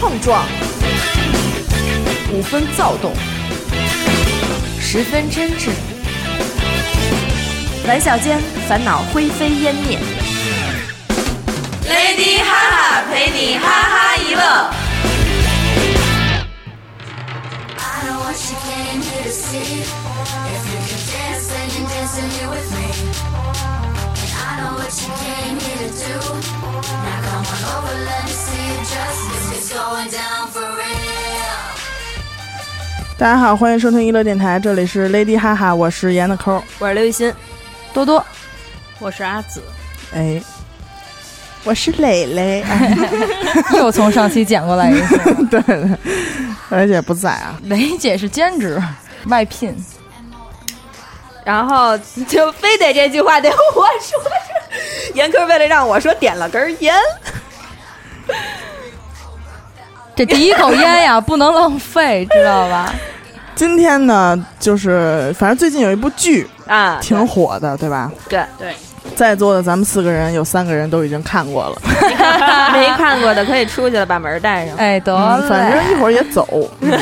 碰撞，五分躁动，十分真挚。玩笑间，烦恼灰飞烟灭。 Lady 哈哈陪你哈哈一乐。 I know what you came here to see. If you can dance, then you dancing here with me. And I know what you came here to do. Now come on over, let me see you just. It's going down for real. 大家好，欢迎收听娱乐电台，这里是 Lady 哈哈，我是严的抠。我是刘雨欣，多多，我是阿紫，哎，我是蕾蕾，哎、 又从上期捡过来一次。对对，而且不在啊，雷姐是兼职外聘，然后就非得这句话得我说 是，严科为了让我说点了根烟，这第一口烟呀不能浪费，知道 吧？今天呢，就是反正最近有一部剧啊，挺火的，对吧？对 对，在座的咱们四个人有三个人都已经看过了，没看过的可以出去了，把门带上。哎，得嗯嘞，反正一会儿也走，嗯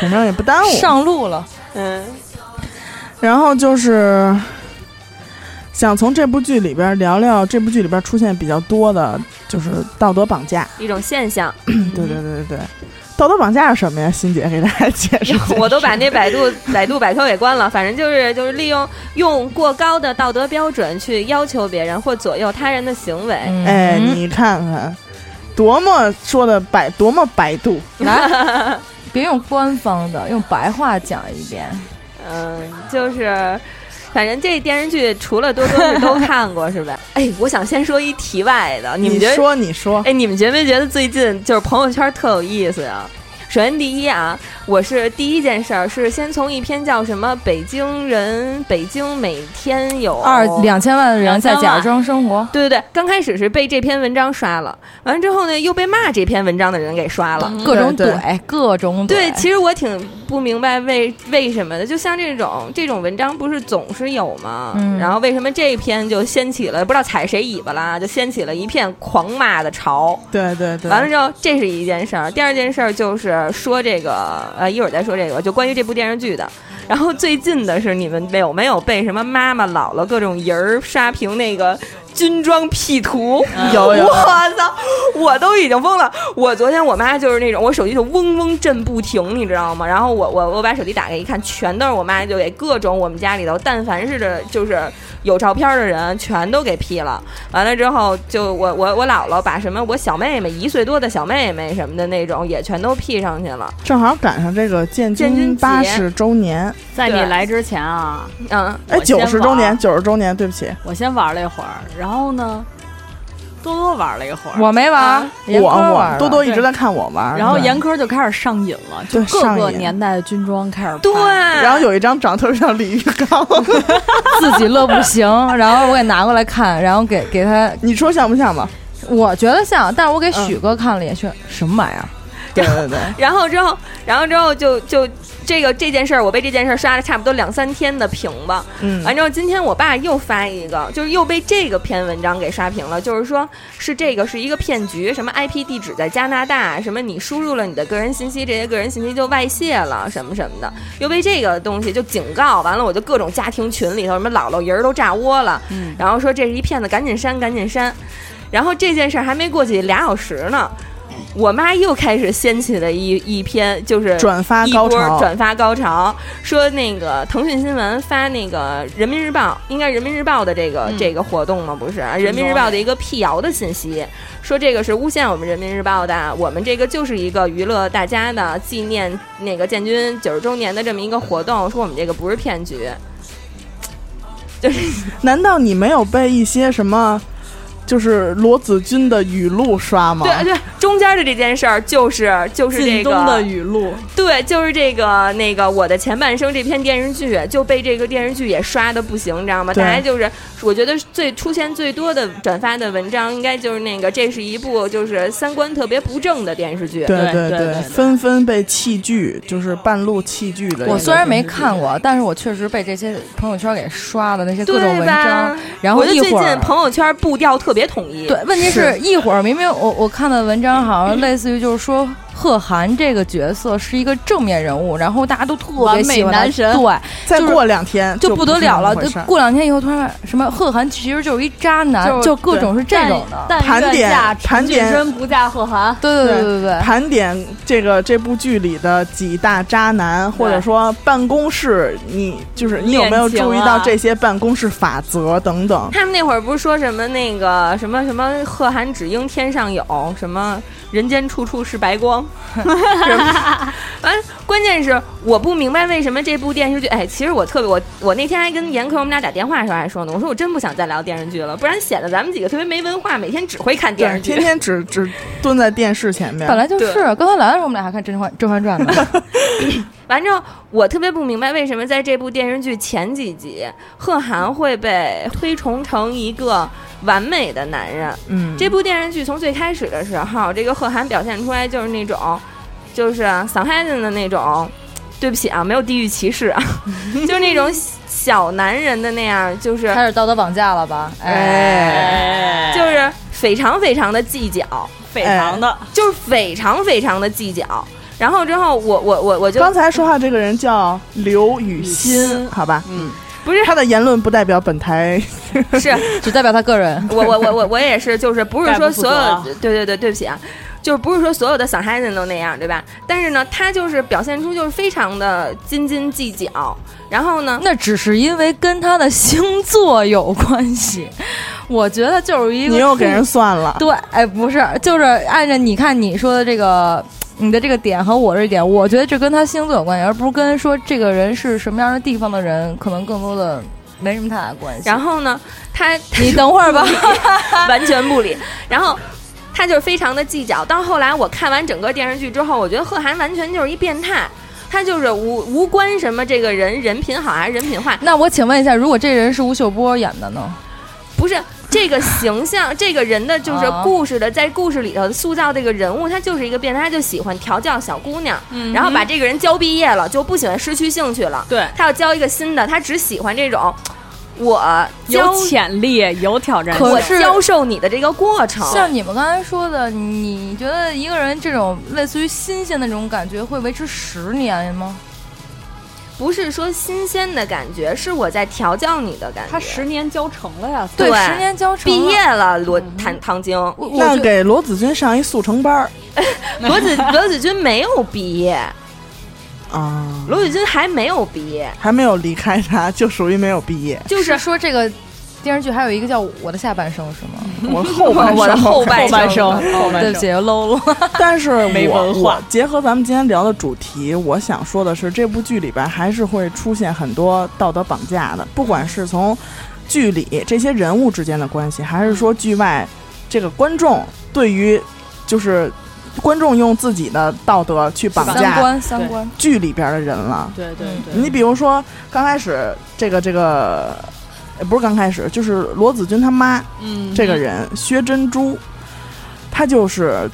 反正也不耽误。上路了。嗯，然后就是想从这部剧里边聊聊这部剧里边出现比较多的，就是道德绑架。一种现象，对对对对对，道德绑架是什么呀？欣姐给大家解释解释。我都把那百度 百度百科给关了，反正就是就是利用用过高的道德标准去要求别人或左右他人的行为。嗯哎，你看看，多么说的百，多么百度。来， 别用官方的，用白话讲一遍。嗯，就是，反正这电视剧除了多多是都看过是吧？ 哎，我想先说一题外的，你们觉得？说，你说，哎，你们觉没觉得最近就是朋友圈特有意思啊？首先第一啊，我是第一件事儿是先从一篇叫什么《北京人》，北京每天有二两千万人在两千万假装生活，对对对，刚开始是被这篇文章刷了，完了之后呢，又被骂这篇文章的人给刷了。各种对对怼，各种怼。对，其实我挺不明白为为什么的，就像这种这种文章不是总是有吗？嗯然后为什么这篇就掀起了不知道踩谁尾巴啦，就掀起了一片狂骂的潮？对对对。完了之后，这是一件事儿。第二件事儿就是说这个，呃，一会儿再说这个，就关于这部电视剧的。然后最近的是，你们有没有被什么妈妈、姥姥各种人儿刷屏那个军装 P 图？嗯有有我操，我都已经疯了。我昨天我妈就是那种，我手机就嗡嗡震不停，你知道吗？然后我我我把手机打开一看，全都是我妈就给各种我们家里头，但凡是的，就是有照片的人，全都给 P 了。完了之后，就我我我姥姥把什么我小妹妹一岁多的小妹妹什么的那种也全都 P 上去了。正好赶上这个建建军军节八十周年，在你对来之前啊，嗯，哎，我先九玩十周年，，九十周年，对不起，我先玩了一会儿，然后呢，多多玩了一会儿，啊我没玩儿，严我啊苛玩儿我了多 多一直在看我玩，然后对严科就开始上瘾了，就对各上个瘾年代的军装开始对，拍啊 然后有一张长得特别像李玉刚，自己乐不 行，然后我给拿过来看，然后给给他， 你说像不像 吧？我觉得像，但是我给许哥看了也去，什么玩意儿？对对对，然后之后，然后之后就就这个这件事儿，我被这件事儿刷了差不多两三天的屏吧。 哎嗯，完之后，今天我爸又发一个，就是又被这个篇文章给刷屏了，就是说是这个是一个骗局，什么 IP 地址在加拿大，什么你输入了你的个人信息，这些个人信息就外泄了，什么什么的，又被这个东西就警告。完了，我就各种家庭群里头，什么姥姥爷儿都炸窝了，嗯然后说这是一骗子，赶紧删，赶紧删。然后这件事儿还没过去俩小时呢，我妈又开始掀起了一一篇，就是转发一高波潮，转发高潮，说那个腾讯新闻发那个人民日报，应该是人民日报的这个、嗯这个活动吗？不是，啊人民日报的一个辟谣的信息，说这个是诬陷我们人民日报的，我们这个就是一个娱乐大家的纪念那个建军九十周年的这么一个活动，说我们这个不是骗局。难道你没有被一些什么，就是罗子君的语录刷吗？对对，中间的这件事儿就是就是这靳个东的语录，对，就是这个那个《我的前半生》这篇电视剧就被这个电视剧也刷的不行，你知道吗？大对家就是我觉得最出现最多的转发的文章，应该就是那个这是一部就是三观特别不正的电视剧。对对对对对，纷纷被弃剧，就是半路弃剧的。我虽然没，看过，但是我确实被这些朋友圈给刷的那些各种文吧章，？然后我就一最会近儿朋友圈步调特别统一。对，问题是一会儿明明我我看的文章好像类似于就是说贺涵这个角色是一个正面人物，然后大家都特别完美喜欢他，男神对，再就是过两天就不得了了。就就不是那么回事儿过两天以后突然什么贺涵其实就是一渣男，就是就各种是这种的。但盘但愿点嫁盘陈俊点生不嫁贺涵，对对对对对，盘点这个这部剧里的几大渣男，或者说办公室，你就是你有没有恋情啊注意到这些办公室法则等等？他们那会儿不是说什么那个什么什么贺涵只应天上有，什么人间处处是白光， 什么完，关键是我不明白为什么这部电视剧，哎，其实我特别我我那天还跟严科我们俩打电话的时候还说呢，我说我真不想再聊电视剧了，不然显得咱们几个特别没文化，每天只会看电对，视剧天。天只只蹲在电视前面啊本。来就是对刚才来的时候我们俩还看《甄嬛甄嬛传》呢，反正我特别不明白为什么在这部电视剧前几集，贺涵会被推崇成一个完美的男人。嗯，这部电视剧从最开始的时候，这个贺涵表现出来就是那种，就是嗓嗨子的那种，对不起啊，没有地域歧视 啊，就是那种小男人的那 样，就是开始道德绑架了吧？哎，哎就是非常非常的计较，非常的哎就是非常非常的计较。然后之后我，我我我就刚才说话这个人叫刘雨欣，好吧？嗯，不是他的言论不代表本台。是只代表他个人。我我我我我也是，就是不是概说不负所责有啊，对对对，对不起啊，就是不是说所有的小孩子都那样，对吧？但是呢，他就是表现出就是非常的斤斤计较，然后呢，那只是因为跟他的星座有关系，我觉得就是一个你又给人算了，对，哎，不是，就是按照你看你说的这个。你的这个点和我这点，我觉得这跟他星座有关系，而不是跟说这个人是什么样的地方的人，可能更多的没什么太大关系。然后呢，他你等会儿吧， 完全不理，然后。他就是非常的计较，到后来我看完整个电视剧之后，我觉得贺涵完全就是一变态，他就是无无关什么这个人人品好还是人品坏，那我请问一下，如果这人是吴秀波演的呢？不是这个 形象，这个人的就是啊故事的，在故事里头塑造这个人物，他就是一个变态，他就喜欢调教小姑娘，嗯然后把这个人教毕业了，就不喜欢失去兴趣了。对，他要教一个新的，他只喜欢这种我教有潜力，有挑战性，可我是教授你的这个过程。像你们刚才说的，你觉得一个人这种类似于新鲜的这种感觉会维持十年吗？不是说新鲜的感觉，是我在调教你的感觉。他十年教成了呀，对十年交成了嗯毕业，了，罗唐唐晶，我我那觉给罗子君上一速成班儿罗子罗子君没有毕业，啊，罗子君还没有毕业，还没有离开他，就属于没有毕业。就是是说这个电视剧还有一个叫《我的下半生》是吗？我后半 生我的后半后半生，后对半不生起，low 了。 但是我没文化我结合咱们今天聊的主题，我想说的是，这部剧里边还是会出现很多道德绑架的，不管是从剧里这些人物之间的关系，还是说剧外这个观众对于就是观众用自己的道德去绑三架观，三对观，剧里边的人了。对对对，你比如说，刚开始这个这个，呃不是刚开始，就是罗子君他妈，嗯这个人薛珍珠，他就是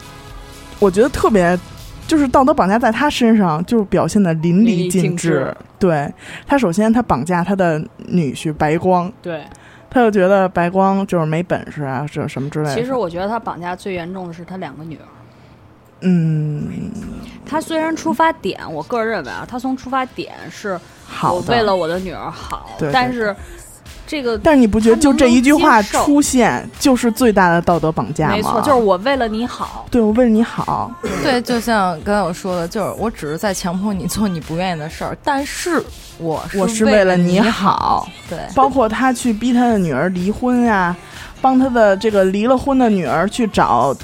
我觉得特别，就是道德绑架在他身上就是表现的淋淋漓漓尽尽致对他，首先他绑架他的女婿白光，对，他就觉得白光就是没本事啊，这什么之类的。其实我觉得他绑架最严重的是他两个女儿。嗯，他虽然出发点，我个人认为啊，他从出发点是好我的。为了我的女儿好对对，但是这个但是你不觉得他就能这一句话接受出现就是最大的道德绑架吗？没错，就是我为了你好，对我为了你好，对，就像刚才我说的，就是我只是在强迫你做你不愿意的事儿，但是我我是是为了你你。好。对，包括他去逼他的女儿离婚啊，帮他的这个离了婚的女儿去找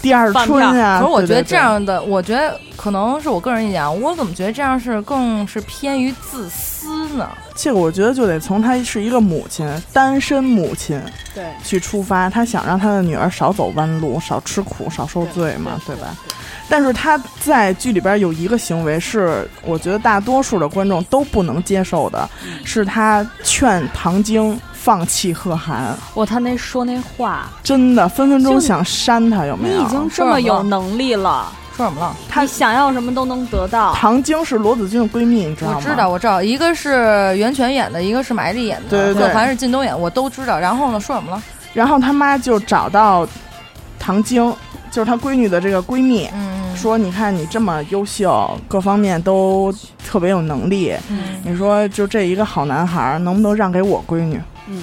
第二春啊。可是我觉对得这，样的，我觉得可能是我个人意见啊，我怎么觉得这样是更是偏于自私呢？对对这个我觉得就得从她是一个母亲，单身母亲对，去出发，她想让她的女儿少走弯路，少吃苦，少受罪嘛，对吧？？但是她在剧里边有一个行为是，我觉得大多数的观众都不能接受的，是她劝唐晶放弃贺涵，我他那说那话，真的分分钟就想扇她，有没你有？已经这么有能力了，说什么了？他你想要什么都能得到，唐晶是罗子君的闺蜜，你知道吗？我知道，。我知道，一个是袁泉演的，一个是马伊琍演的，对对对可凡是靳东演的，我都知道。然后呢，说什么了？然后他妈就找到唐晶，就是她闺女的这个闺蜜，嗯，说你看你这么优秀，各方面都特别有能力，嗯你说就这一个好男孩儿，能不能让给我闺女？嗯，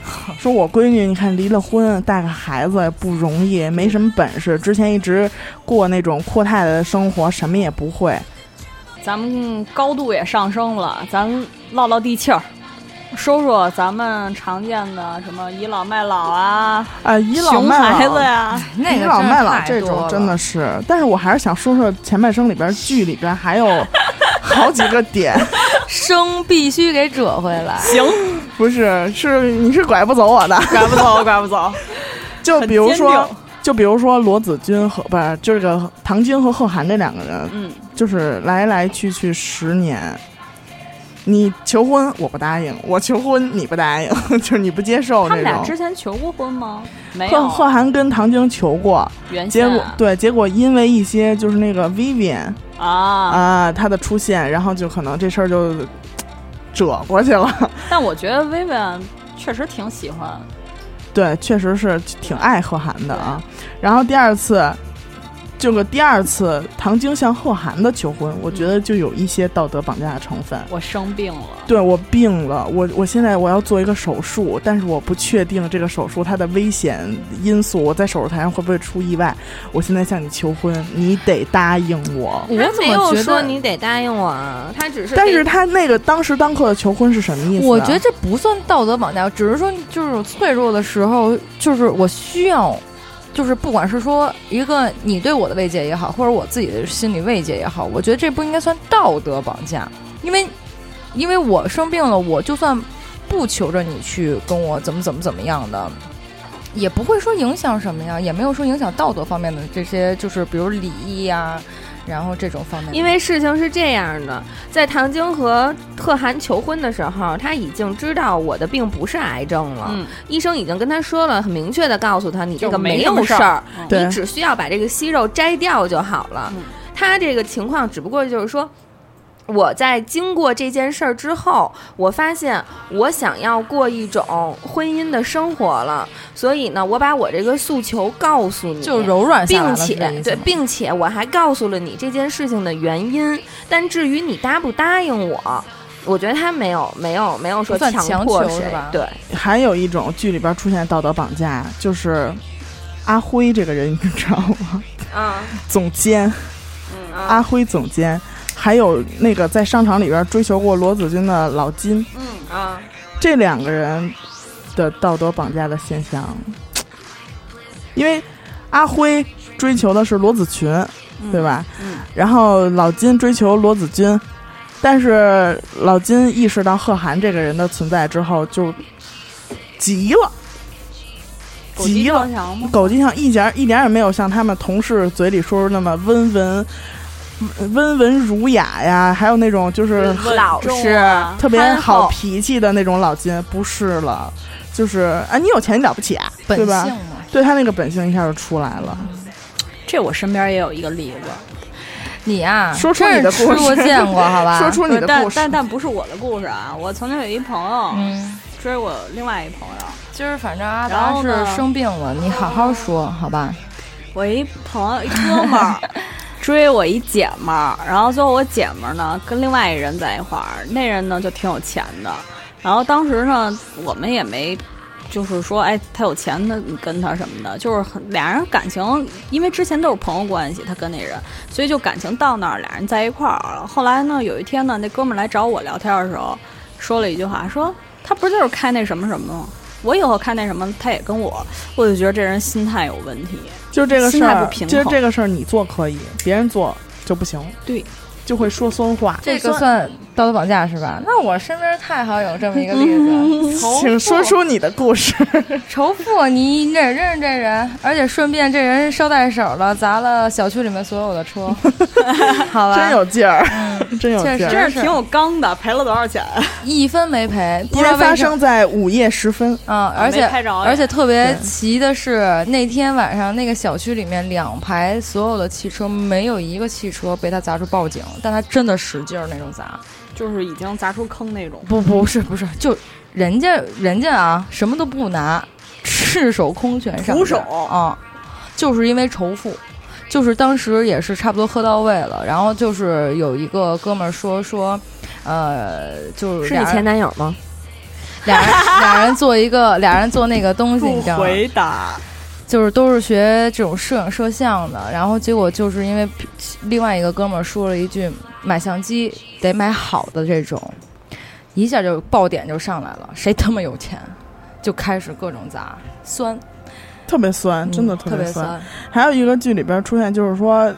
说我闺女，你看离了婚，带个孩子也不容易，没什么本事，之前一直过那种阔太太的生活，什么也不会。咱们高度也上升了，咱唠唠地气儿，说说咱们常见的什么倚老卖老啊，啊，倚老熊卖老，孩子呀， 那倚个老真卖老太这多种了真的是，但是我还是想说说前半生里边剧里边 还有好几个点，生必须给折回来。行，不是，是你是拐不走我的，拐不走，拐不走， 就比如很说坚定。就比如说罗子君和不是，就是这个唐晶和贺涵这两个人，嗯，就是来来去去十年，你求婚我不答应，我求婚你不答应， 就是你不接受他们那俩之种。前求过婚吗？没贺有，贺涵跟唐晶求过，原结先果对，结果因为一些就是那个 Vivian 啊，啊、她的出现，然后就可能这事儿就嘖折过去了。 但我觉得薇薇安确实挺喜欢，对，确实是挺爱贺涵的啊。然后第二次，这个第二次唐晶向贺涵的求婚，我觉得就有一些道德绑架的成分。我生病了，对我病了，我我现在我要做一个手术，但是我不确定这个手术它的危险因素，我在手术台上会不会出意外。我现在向你求婚，你得答应我。我他怎没么有觉说得？你得答应我啊，他只是但给是他那个当时当刻的求婚是什么意思啊？我觉得这不算道德绑架，只是说就是脆弱的时候，就是我需要，就是不管是说一个你对我的慰藉也好，或者我自己的心理慰藉也好，我觉得这不应该算道德绑架，因为因为我生病了，我就算不求着你去跟我怎么怎么怎么样的。也不会说影响什么呀，也没有说影响道德方面的这些，就是比如礼仪呀、然后这种方面的。因为事情是这样的，在唐晶和贺涵求婚的时候，他已经知道我的病不是癌症了，嗯医生已经跟他说了，很明确的告诉他，你这就个没没什么有事事儿儿，嗯对你只需要把这个息肉摘掉就好了。嗯他这个情况只不过就是说。我在经过这件事儿之后，我发现我想要过一种婚姻的生活了，所以呢，我把我这个诉求告诉你，就柔软呃下来并了是这意且思对，吗并且我还告诉了你这件事情的原因。但至于你答不答应我，我觉得他没有没有没有说不算强迫求谁是吧对，还有一种剧里边出现的道德绑架，就是阿辉这个人，你知道吗？啊，总监嗯阿辉总监，还有那个在商场里边追求过罗子君的老金。啊啊，这两个人的道德绑架的现象，因为阿辉追求的是罗子群，对吧？嗯然后老金追求罗子君，但是老金意识到贺涵这个人的存在之后，就急了，狗急急了跳，墙吗？狗急跳墙一点儿一点儿也没有像他们同事嘴里说那么温文温文儒雅呀，还有那种就是老中实啊特别憨好厚脾气的那种老金，不是了，就是啊，你有钱你了不起啊，本对性吧？嘛，对他那个本性一下就出来了，这我身边也有一个例子，你呀、说出你的真是故事吃过见过，好吧？说出你的但故事。但但不是我的故事啊，我曾经有一朋友嗯，追我另外一朋友，今儿反正阿然达后是呢生病了，你好好说，好吧？我一朋友一哥们儿追我一姐们儿，然后最后我姐们儿呢跟另外一人在一块儿，那人呢就挺有钱的，然后当时呢我们也没。就是说，哎，他有钱，他你跟他什么的，就是很俩人感情，因为之前都是朋友关系，他跟那人，所以就感情到那儿，俩人在一块儿了。后来呢，有一天呢，那哥们儿来找我聊天的时候，说了一句话，说他不是就是开那什么什么吗？我以后开那什么，他也跟我，我就觉得这人心态有问题。就这个事心态儿不，平衡就是这个事儿，你做可以，别人做就不行，对，就会说酸话。这个算道德绑架是吧？ 那我身边太好有这么一个例子，请说出你的故事。仇富，你你得认识这人，而且顺便这人捎带手了砸了小区里面所有的 车，好 吧？真有劲儿， 真有确劲实儿。真是挺有刚的，赔了多少钱？一分没赔，不因知为道发为什么。生在午夜时分，嗯， 而且没拍着而且特别对奇的是，那天晚上那个小区里面两排所有的汽车，没有一个汽车被他砸出报警，但他真的使劲儿那种砸，就是已经砸出坑那种。不不是不是，就人家人家啊什么都不拿，赤手空拳上阵徒手啊，就是因为仇富。就是当时也是差不多喝到位了，然后就是有一个哥们儿说说，呃，就是是你俩人前男友吗？俩人俩人做一个俩人做那个东西，你知道吗？答。就是都是学这种摄影摄像的，然后结果就是因为另外一个哥们儿说了一句买相机得买好的这种，一下就爆点就上来了，谁他妈有钱，就开始各种砸，酸，特别酸，真的嗯特别别酸。还有一个剧里边出现，就是说，呃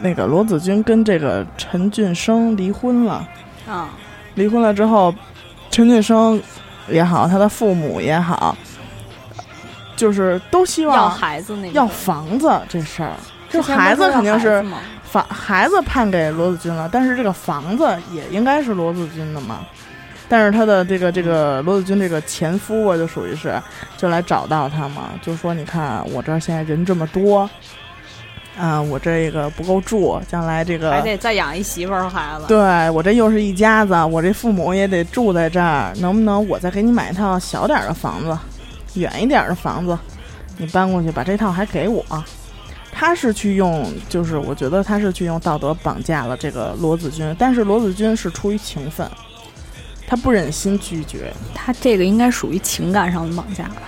那个罗子君跟这个陈俊生离婚了。啊，离婚了之后，陈俊生也好，他的父母也好，就是都希要望孩子那个，要房子这事儿。就之前孩不是子要肯定孩是子吗房，孩子判给罗子君了，但是这个房子也应该是罗子君的嘛。但是他的这个这个罗子君这个前夫啊，就属于是就来找到他嘛，就说你看我这儿现在人这么多，啊、我这个不够住，将来这个还得再养一媳妇儿和孩子。呃对我这又是一家子，我这父母也得住在这儿，能不能我再给你买一套小点儿的房子，远一点儿的房子，你搬过去，把这套还给我。他是去用，就是我觉得他是去用道德绑架了这个罗子君，但是罗子君是出于情分，他不忍心拒绝。他这个应该属于情感上的绑架吧，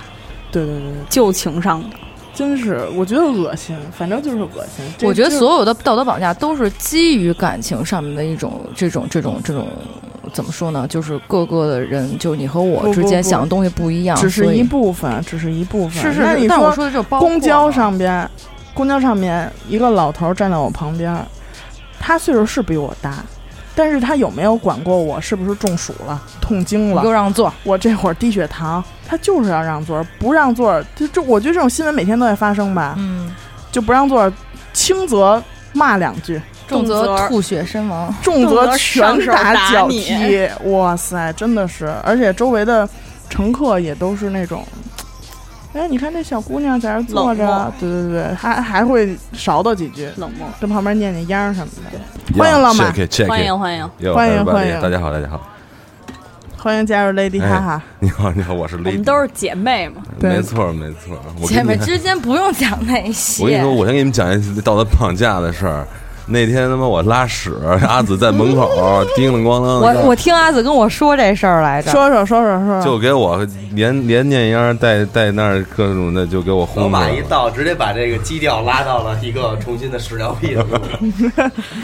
对对对，对旧情上的。真是我觉得恶心，反正就是恶心。这我觉得这所有的道德绑架都是基于感情上面的一种这种这种这种怎么说呢？就是各个的人，就你和不我不之间不想的东西不一样，只所是以一部分，只是一部分。是是那是，你但说我说的就包括公交上边，公交上面一个老头站在我旁边儿，他岁数是比我大，但是他有没有管过我是不是中暑了、痛经你给我了？让座，我这会儿低血糖，他就是要让座儿，不让座儿，就这，我觉得这种新闻每天都在发生吧，嗯，就不让座儿，轻则骂两句，重重则责吐血身 亡。重重则则拳上手打脚你 踢，哇塞，真的是，而且周围的乘客也都是那种，哎，你看这小姑娘在这儿坐冷着漠，对对对，还还会勺叨几句，冷漠。跟旁边念念秧什么的。欢迎老马 Check it, check it. 欢迎欢迎， Yo, 欢迎 everybody，欢迎大家好，大家好， 欢迎加入 Lady 哎哈哈，你好，你好，我是我 Lady，们都是姐妹嘛。对没错没错，我姐跟妹你之间不用讲那些。我跟你说，我先给你们讲一道德绑架的事儿。那天他妈我拉屎，阿紫在门口 叮铃咣啷我的，我听阿紫跟我说这事儿来哎着，说说说说说说，就给我连连念秧带带那儿各种的就给我老轰马了。一到，直接把这个基调拉到了一个重新的屎尿 屁的路。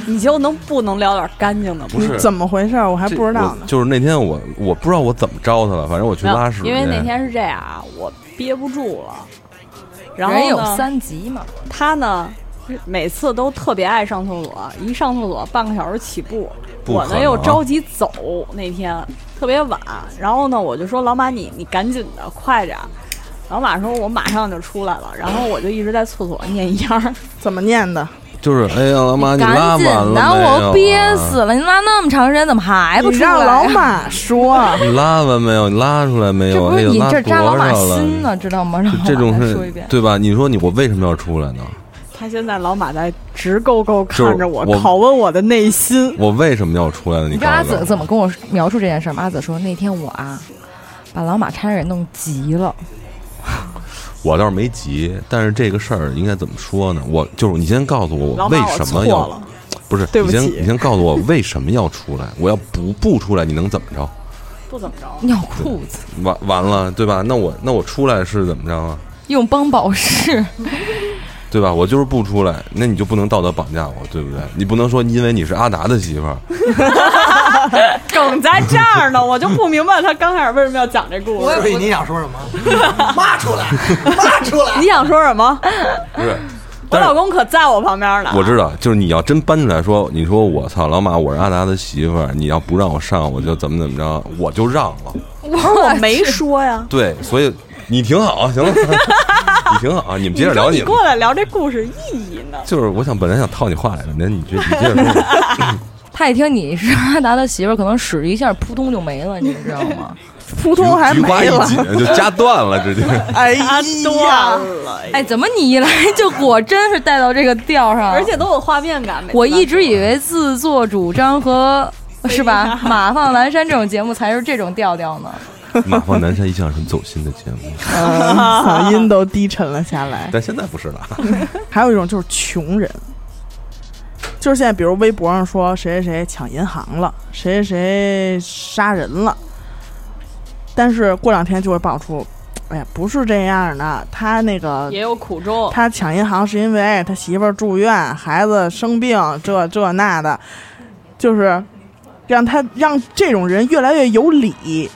你就能不能聊点干净的吗？不是怎么回事儿，我还这不知道我呢。就是那天我我不知道我怎么招他了，反正我去没有拉屎去，因为那天是这样啊，我憋不住了。然后人有呢三级嘛，他呢，每次都特别爱上厕所，一上厕所半个小时起步。不我可呢能又着急走，那天特别晚，然后呢我就说老马你你赶紧的，快点儿。老马说：“我马上就出来了。”然后我就一直在厕所念秧儿， 怎么念的？就是哎呀老马拉赶完紧了没的，有、啊？我憋死了！你拉那么长时间，怎么还不你出来让啊？老 马说，你拉完没有？你拉出来没 这有？不哎是呦，你拉这扎老多马少了？心呢，知道吗？让老马这种再是说一遍。对吧？你说你我为什么要出来呢？他现在老马在直勾勾看着我，就是我拷问我的内心。我为什么要出来呢？你你知道阿告诉紫我，怎么跟我描述这件事儿吗？阿紫说那天我啊，把老马差点弄急了。我倒是没急，但是这个事儿应该怎么说呢？我就是你先告诉我，老我为马，我什错么要了，不是？对不你先起你先告诉我为什么要出来？我要不不出来，你能怎么着？不怎么着。尿裤子，完完了，对吧？那我那我出来是怎么着啊？用邦宝适，对吧？我就是不出来，那你就不能道德绑架我，对不对？你不能说因为你是阿达的媳妇儿，梗在这儿 呢，我就不明白他刚开始为什么要讲这故事。所以你想说什么？ 骂出来，骂出来！你想说什么？不是？我但是老公可在我旁边呢。我知道，就是你要真搬出来说，你说我操老马，我是阿达的媳妇儿，你要不让我上，我就怎么怎么着，我就让了。我不是我没说呀。对，所以你挺好， 行了，你挺好，你们接着聊你说们过。来聊这故事意义呢？就是我想本来想套你话来着，那你接你 接着说，他一听你是阿达的媳妇儿，可能屎一下扑通就没了，你知道吗？扑通还菊没花一了。紧就夹断了，直接。 哎啊，呀，了， 哎，怎么你一来就果真是带到这个调上？啊而且都有画面感。每次我一直以为自作主张和。是吧？马放南山这种节目才是这种调调呢，马放南山一向是很走心的节目，嗯嗓音都低沉了下来。但现在不是了。还有一种就是穷人，就是现在，比如微博上说谁谁谁抢银行了，谁谁谁杀人了，但是过两天就会爆出，哎呀，不是这样的，他那个也有苦衷。他抢银行是因为他媳妇儿住院，孩子生病，这这那的，就是让他让这种人越来越有理。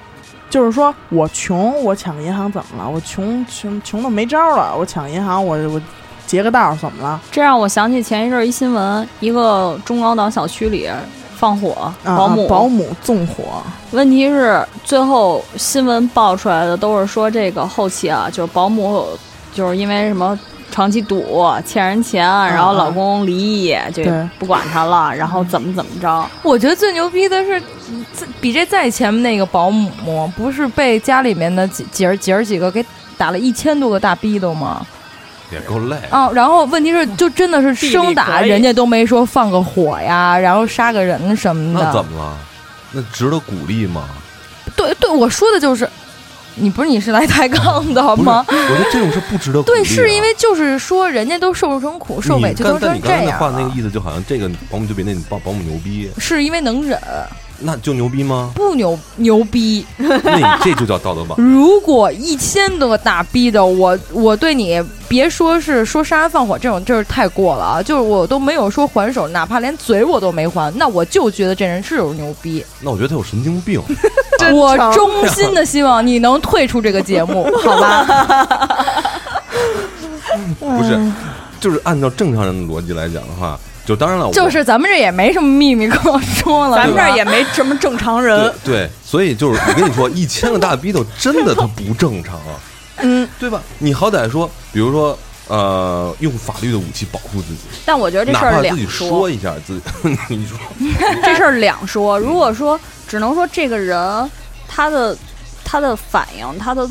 就是说我穷，我抢个银行怎么了？我穷穷穷的没招儿了，我抢银行，我我劫个道儿怎么了？这让我想起前一阵儿一新闻，一个中高档小区里放火，啊保姆、保姆纵火，问题是，最后新闻爆出来的都是说这个后期啊，就是保姆就是因为什么长期赌欠人钱，啊然啊后老公离异，就对不管她了，然后怎么怎么着。我觉得最牛逼的是，这比这再前面那个保姆，不是被家里面的几姐儿姐儿几个给打了一千多个大逼斗吗？也够累。哦，然后问题是，就真的是生打，地理可以人家都没说放个火呀，然后杀个人什么的。那怎么了？那值得鼓励吗？对对，我说的就是，你不是你是来抬杠的好不是，啊吗我？觉得这种事不值得鼓励啊。对，是因为就是说，人家都受成苦，受委你屈刚都但你成刚这才那样啊话那了个，意思就好像这个保姆就比那保保姆牛逼，是因为能忍，？那就牛逼吗不牛牛逼。那你这就叫道德 绑。如果一千多个大逼的，我我对你别说是说杀人放火这种，就是太过了啊！就是我都没有说还手，哪怕连嘴我都没还，那我就觉得这人是有牛逼。那我觉得他有神经病。我衷心的希望你能退出这个节目，好吧？嗯不是，就是按照正常人的逻辑来讲的话，就当然了，我就是咱们这也没什么秘密可说了，咱们这儿是吧也没什么正常人对，呃对，所以就是我跟你说，一千个大逼斗真的他不正常 啊，嗯，对吧？你好歹说，比如说。呃，用法律的武器保护自己，但我觉得这哪事儿怕两自己说说，一下自己， 你说这事儿两说。如果说只能说这个人他的他的反应，他的。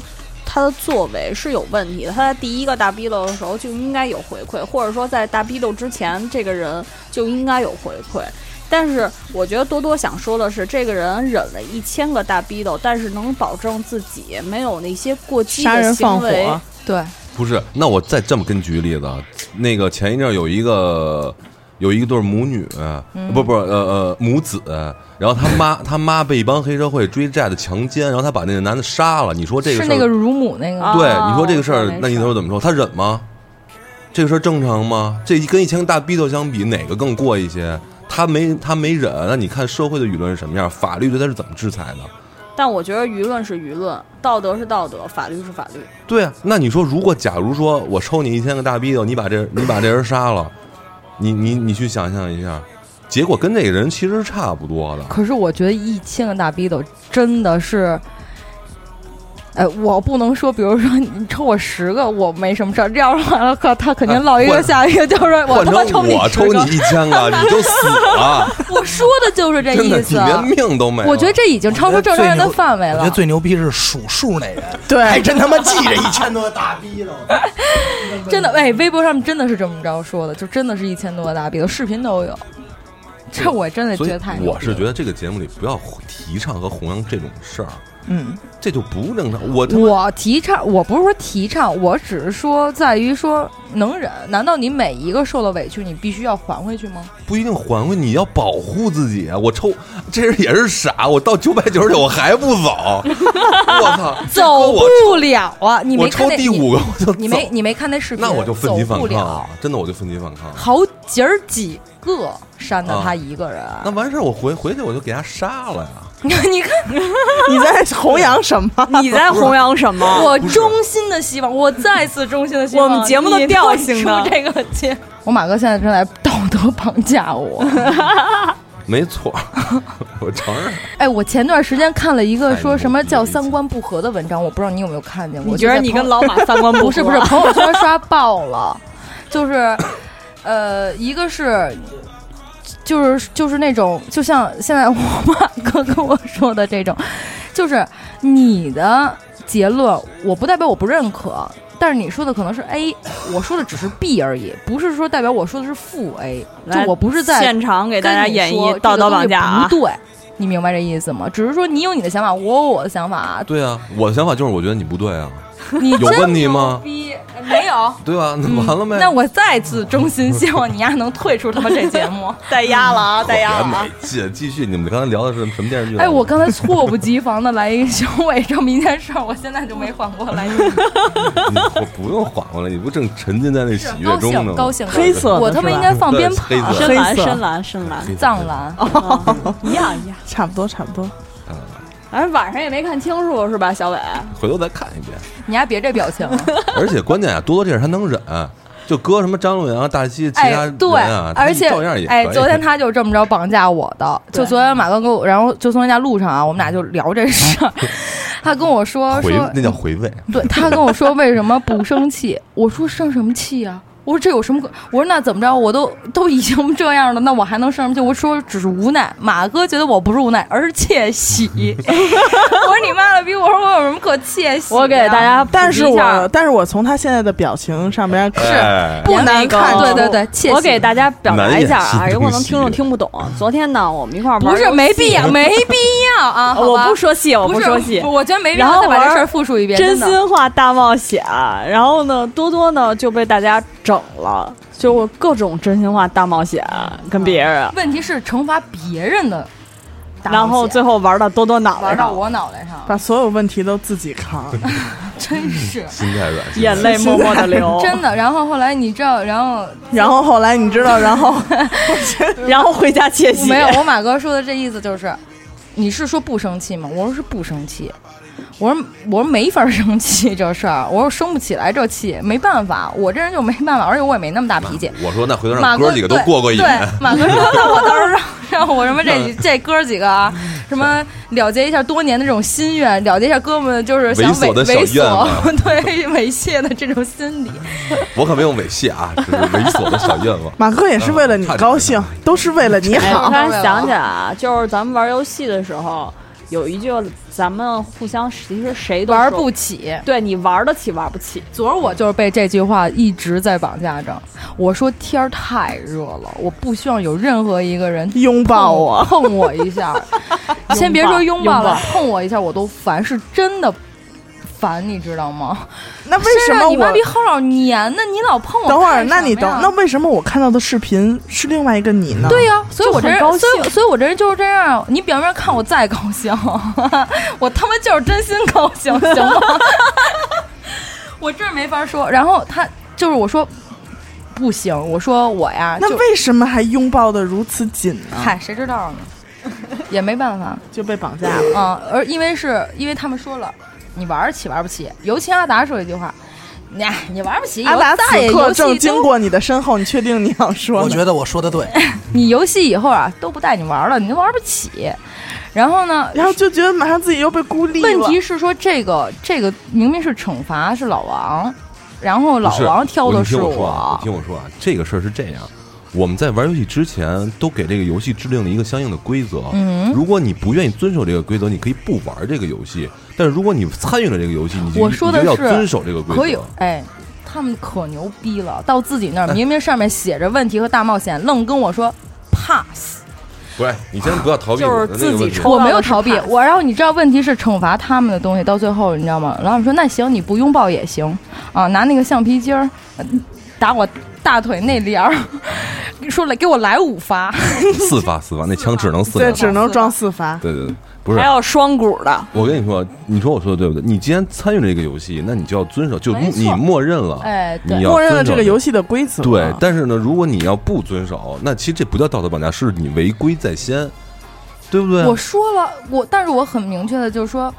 他的作为是有问题的，他在第一个大逼斗的时候就应该有回馈，或者说在大逼斗之前，这个人就应该有回馈。但是我觉得多多想说的是，这个人忍了一千个大逼斗，但是能保证自己没有那些过激杀的人放行为。 火，对，不是，那我再这么跟你举个例子，啊，那个前一阵儿有一个有一对儿母女，嗯不不呃呃母子，然后他妈他妈被一帮黑社会追债的强奸，然后他把那个男的杀了。你说 这个是事那个哦儿，乳母那个。啊对，你说这个事我知儿道，那你那能怎么说？他忍吗？这个事儿正常吗？这跟以前大逼斗相比，哪个更过一些？他没他没忍，那你看社会的舆论是什么样？法律对他是怎么制裁的？但我觉得舆论是舆论，道德是道德，法律是法 律。对啊，那你说，如果假如说我抽你一千个大逼斗，你把这 你把这人杀了，你你你去想象一下，结果跟这个人其实是差不多的。可是我觉得一千个大逼斗真的是，哎，我不能说，比如说你抽我十个，我没什么事儿。这要是完了，可他肯定落一哎个换下一个，就是说我换他妈成抽你我十抽个。你一 千个，你就死了，我说的就是 这真的，意你思。啊连命都没了。我觉得这已经超出正常人的范围我觉了哎得。最牛逼是数数那 人，对还真他妈记着一千多个大逼了。真的，哎，微博上真的是这么着说的，就真的是一千多个大逼斗，视频都有。这我真的所觉以得太牛逼了……我是觉得这个节目里不要提倡和弘扬这种事儿，嗯，这就不正常。我他妈我提倡，我不是说提倡，我只是说在于说能忍。难道你每一个受了委屈，你必须要还回去吗？不一定还回，你要保护自己啊！我抽这人也是傻，我到九百九十九我还不 走，我操，这哥走我不了啊！你我没看抽那第五你个我就走你没你没看那视频？那我就奋走起反不抗了啊，！真的我就奋起反抗。 好姐儿几个扇的啊他一个人，那完事儿我回回去我就给他杀了呀！ 你 看你在弘扬什么？你在弘扬什么？我衷心的希望，我再次衷心的希我望们节目的你调退性出呢这个节，我马哥现在正在道德绑架我。没错儿，我承认。哎，我前段时间看了一个太说牛什么逼叫了三观不合的文章，我不知道你有没有看见过。你就觉得在你朋跟友老马啊三 观不不是合不是，朋友圈刷爆了，就是，呃，一个是，就是就是那种，就像现在我妈哥跟我说的这种，就是你的结论，我不代表我不认可，但是你说的可能是 A，我说的只是 B 而已，不是说代表我说的是负 A，就来我不是在现场给给大家演绎道德绑架啊！不对，你明白这意思吗？只是说你有你的想法，我有我的想 法，对啊，我的想法就是我觉得你不对啊，你有真问题牛吗逼呃没 有。对吧？那完了呗。嗯那我再次衷心希望你丫能退出他妈这节 目。带压了啊，特带别压了啊没！劲，继续，你们刚才聊的是什么电视剧来着？哎，我刚才猝不及防的来一个小伟这么一件事儿，我现在就没缓过来。你我不用缓过来，你不正沉浸在那喜悦高中呢吗兴，？高兴，高兴黑色的我他妈是吧应该放对鞭炮黑，色深蓝，黑色深蓝，深蓝，藏蓝。一样一样。差不多差不多。反正晚上也没看清楚是吧，小伟？回头再看一遍。你丫别这表情，而且关键啊，多多这事他能忍，就搁什么张洛阳、大西其他哎，对人啊，，他而且照样也哎，可以昨天他就这么着绑架我 的，就昨天马哥跟我，然后就从人家路上啊，我们俩就聊这事 儿，他跟我说回说那叫回味，啊对他跟我说为什么不生气，我说生什么气呀、我说这有什么可？我说那怎么着？我都都已经这样了，那我还能生什么气？我说只是无奈。马哥觉得我不是无奈，而是窃喜。 我说你妈了逼！我说我有什么可窃喜的呀？啊我给大家普及一下，但是我但是我从他现在的表情上边是不难看出对对对，窃喜。我给大家表达一下难啊，以有可能听众听不懂。昨天呢，我们一块儿玩不是游戏没必要，没必要啊！好 我吧哦不说戏，我不是说戏。我觉得没必然要后再把这玩事儿复述一遍。真真的心话大冒险，啊然后呢，多多呢就被大家整了，就我各种真心话大冒险啊跟别人，问题是惩罚别人的大冒险，然后最后嗯玩到多多脑袋玩上到我脑袋上，把所有问题都自己扛，真是。。心 太软，眼泪默默的流 真的，然后后来你知道，然后然后后来你知道，然后。然后回家窃喜。没有，我马哥说的这意思就是，你是说不生气吗？我说是不生气，我说我说没法生气这事儿，我说生不起来这气，没办法，我这人就没办法，而且我也没那么大脾气。我说那回头马让哥哥几个都对过过瘾嗯对，，马哥 说那我到时候让让我什么这这哥几个啊，什么了结一下多年的这种心愿，了结一下哥们就是想猥琐的小猥愿望琐 对猥亵的这种心理。我可没有猥 亵啊，只是猥琐的小愿望 马哥也是为了你高兴，都是为了你哎，我好突。然想起来啊，就是咱们玩游戏的时候，有一句咱们互相其实谁都玩说不起，对你玩得起玩不起，昨儿我就是被这句话一直在绑架着。我说天儿太热了，我不希望有任何一个人拥抱我，碰碰我一下。先别说拥抱拥了抱，碰我一下我都烦，是真的烦，你知道吗？那为什么啊身上你妈我逼后老粘呢？你老碰我干什等会么呀，儿？那你等，那为什么我看到的视频是另外一个你呢？对呀、所以我这人就很，高所兴以我所以我这人就是这样。你表面看我再高兴， 我他妈就是真心高兴，行吗？ 我这没法说。然后他就是我说不行，我说我呀，那就为什么还拥抱的如此紧呢？嗨，谁知道呢？ 也没办法，就被绑架了。嗯，而因为是因为他们说了，你玩儿起玩儿不起。尤其阿达说一句话，你哎你玩儿不起，以阿后达再也此刻游正戏经都过你的身后，你确定你要说呢？我觉得我说的对，你游戏以后啊都不带你玩儿了，你都玩儿不起。然后呢，然后就觉得马上自己又被孤立了。问题是说这个这个明明是惩罚是老王，然后不老是王挑的你听我说啊，我你，听我说啊，这个事儿是这样。我们在玩游戏之前，都给这个游戏制定了一个相应的规则。嗯如果你不愿意遵守这个规则，你可以不玩这个游戏。但是如果你参与了这个游戏，你就我说的你啊就要是遵守这个规则。可以哎。他们可牛逼了，到自己那 儿明明上面写着问题和大冒险，愣跟我说 pass，不是，你先不要逃避就是我的那自个己问题。抽我没有逃避，我然后你知道问题是惩罚他们的东西，到最后你知道吗？然后我说那行你不拥抱也行啊，拿那个橡皮筋儿呃打我大腿内帘儿， 说了给我来五发，四发四发，那枪只能四对，发。只能装四发。对对对，不是还。有双股的，我跟你说，你说我说的对不对？你既然参与了这个游戏，那你就要遵守，就没错你默认了，哎对你要默认了遵守这个游戏的规则。对，哦 但是呢，如果你要不遵守，那其实这不叫道德绑架，是你违规在先，对不对？我说了，我但是我很明确的就是说，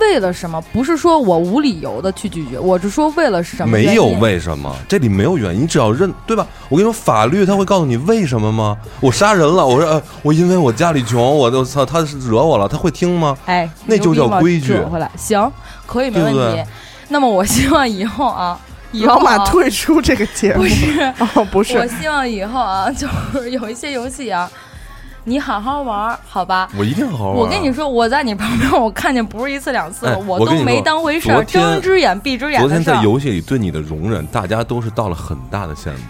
为了什么？不是说我无理由的去拒绝，我是说为了什么？没有。为什么，这里没有原因，你只要认，对吧？我跟你说，法律它会告诉你为什么吗？我杀人了，我说、呃、我因为我家里穷，我都操，他是惹我了，他会听吗？哎，那就叫牛逼吗规矩折回来行，可以没问题。对不对那么我希望以后 啊，以后、啊、老马退出这个节目不。是，哦，不我是，希望以后啊， 就是有一些游戏啊，你好好玩儿，好吧？我一定好好玩。我跟你，说，我在你旁边，我看见不是一次两次了，哎我我都跟你没说当回事昨儿，天睁只眼闭只眼昨的天事儿在。游戏里对你的容忍，大家都是到了很大的限度，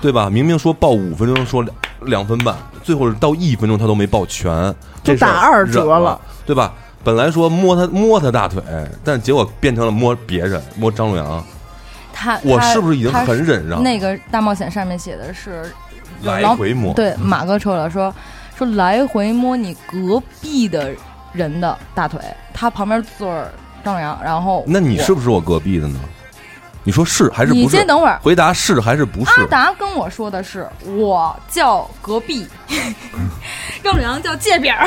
对吧？明明说报五分钟，说两分半，最后到一分钟他都没抱全，就这事儿打二折忍了了，对吧？本来说摸他摸他大腿，但结果变成了摸别人，摸张洛阳。他我他是不是已经他很忍让了？那个大冒险上面写的是来老回摸，对马哥说了说说来回摸你隔壁的人的大腿，他旁边坐着张阳，然后那你我是不是我隔壁的呢？你说是还是你不是先？等会儿，啊回答是还是不是阿？达跟我说的是我叫隔壁， 张洛阳叫界饼儿，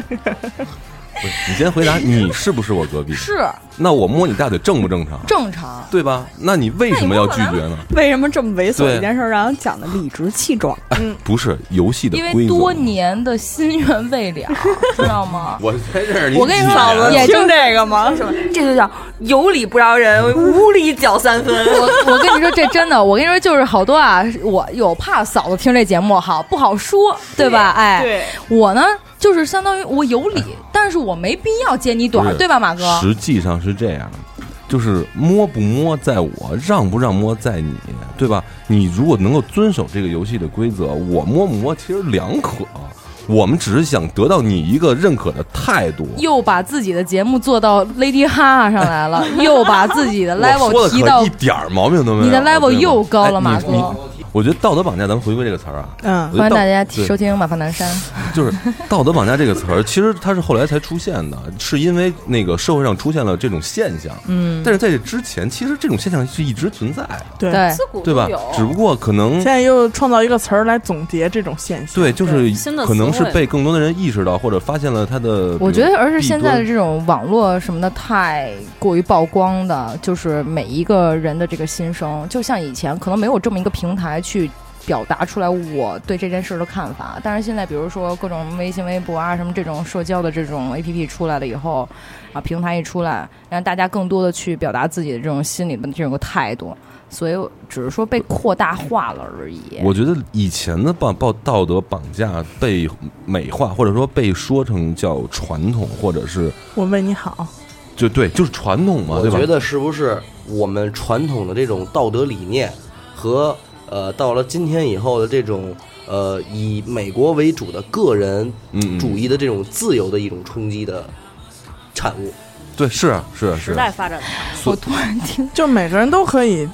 不是你先回答，你是不是我隔壁？是那我摸你大腿正不正常？正常。对吧？那你为什么要拒绝呢？为什么这么猥琐对一件事儿让人讲的理直气壮？不是游戏嗯的啊因为规则。多年的心愿未了，知道 吗？我才认识你我跟你说几年啊，也就这个吗？这就叫有理不饶人，无理搅三 分。我我跟你说，这真的，我跟你说，就是好多啊，我有怕嫂子听这节目好不好说，对吧？哎，对，我呢，就是相当于我有理，但是我没必要揭你短不儿，是对吧，马哥？实际上是这样，就是摸不摸在我，让不让摸在你，对吧？你如果能够遵守这个游戏的规则，我摸不摸其实两可。我们只是想得到你一个认可的态度。又把自己的节目做到 Lady 哈哈上来了，又把自己的我 level 说的提可到一点儿毛病都没有。你的 level 对吗又高了哎马你哥你我觉得道德绑架，咱们回归这个词儿啊，嗯我觉欢迎得道大家对收听《马发南山》。就是“道德绑架”这个词儿，其实它是后来才出现的，是因为那个社会上出现了这种现象。嗯，但是在这之前，其实这种现象是一直存在的，对对，对吧？只不过可能现在又创造一个词儿来总结这种现象，对，就是新的可能词是汇被更多的人意识到，或者发现了它的。我觉得，而是现在的弊这种网络什么的太过于曝光的，就是每一个人的这个心声，就像以前可能没有这么一个平台去表达出来我对这件事的看法，但是现在比如说各种微信、微博啊什么这种社交的这种 APP 出来了以后，啊平台一出来，让大家更多的去表达自己的这种心里的这种态度，所以只是说被扩大化了而已。我觉得以前的绑报道德绑架被美化，或者说被说成叫传统，或者是我为你好，就对，就是传统嘛，我对吧？觉得是不是我们传统的这种道德理念和呃，到了今天以后的这种呃，以美国为主的个人嗯嗯主义的这种自由的一种冲击的产物？对，是啊是啊是啊。发展我突然听就每个人都可以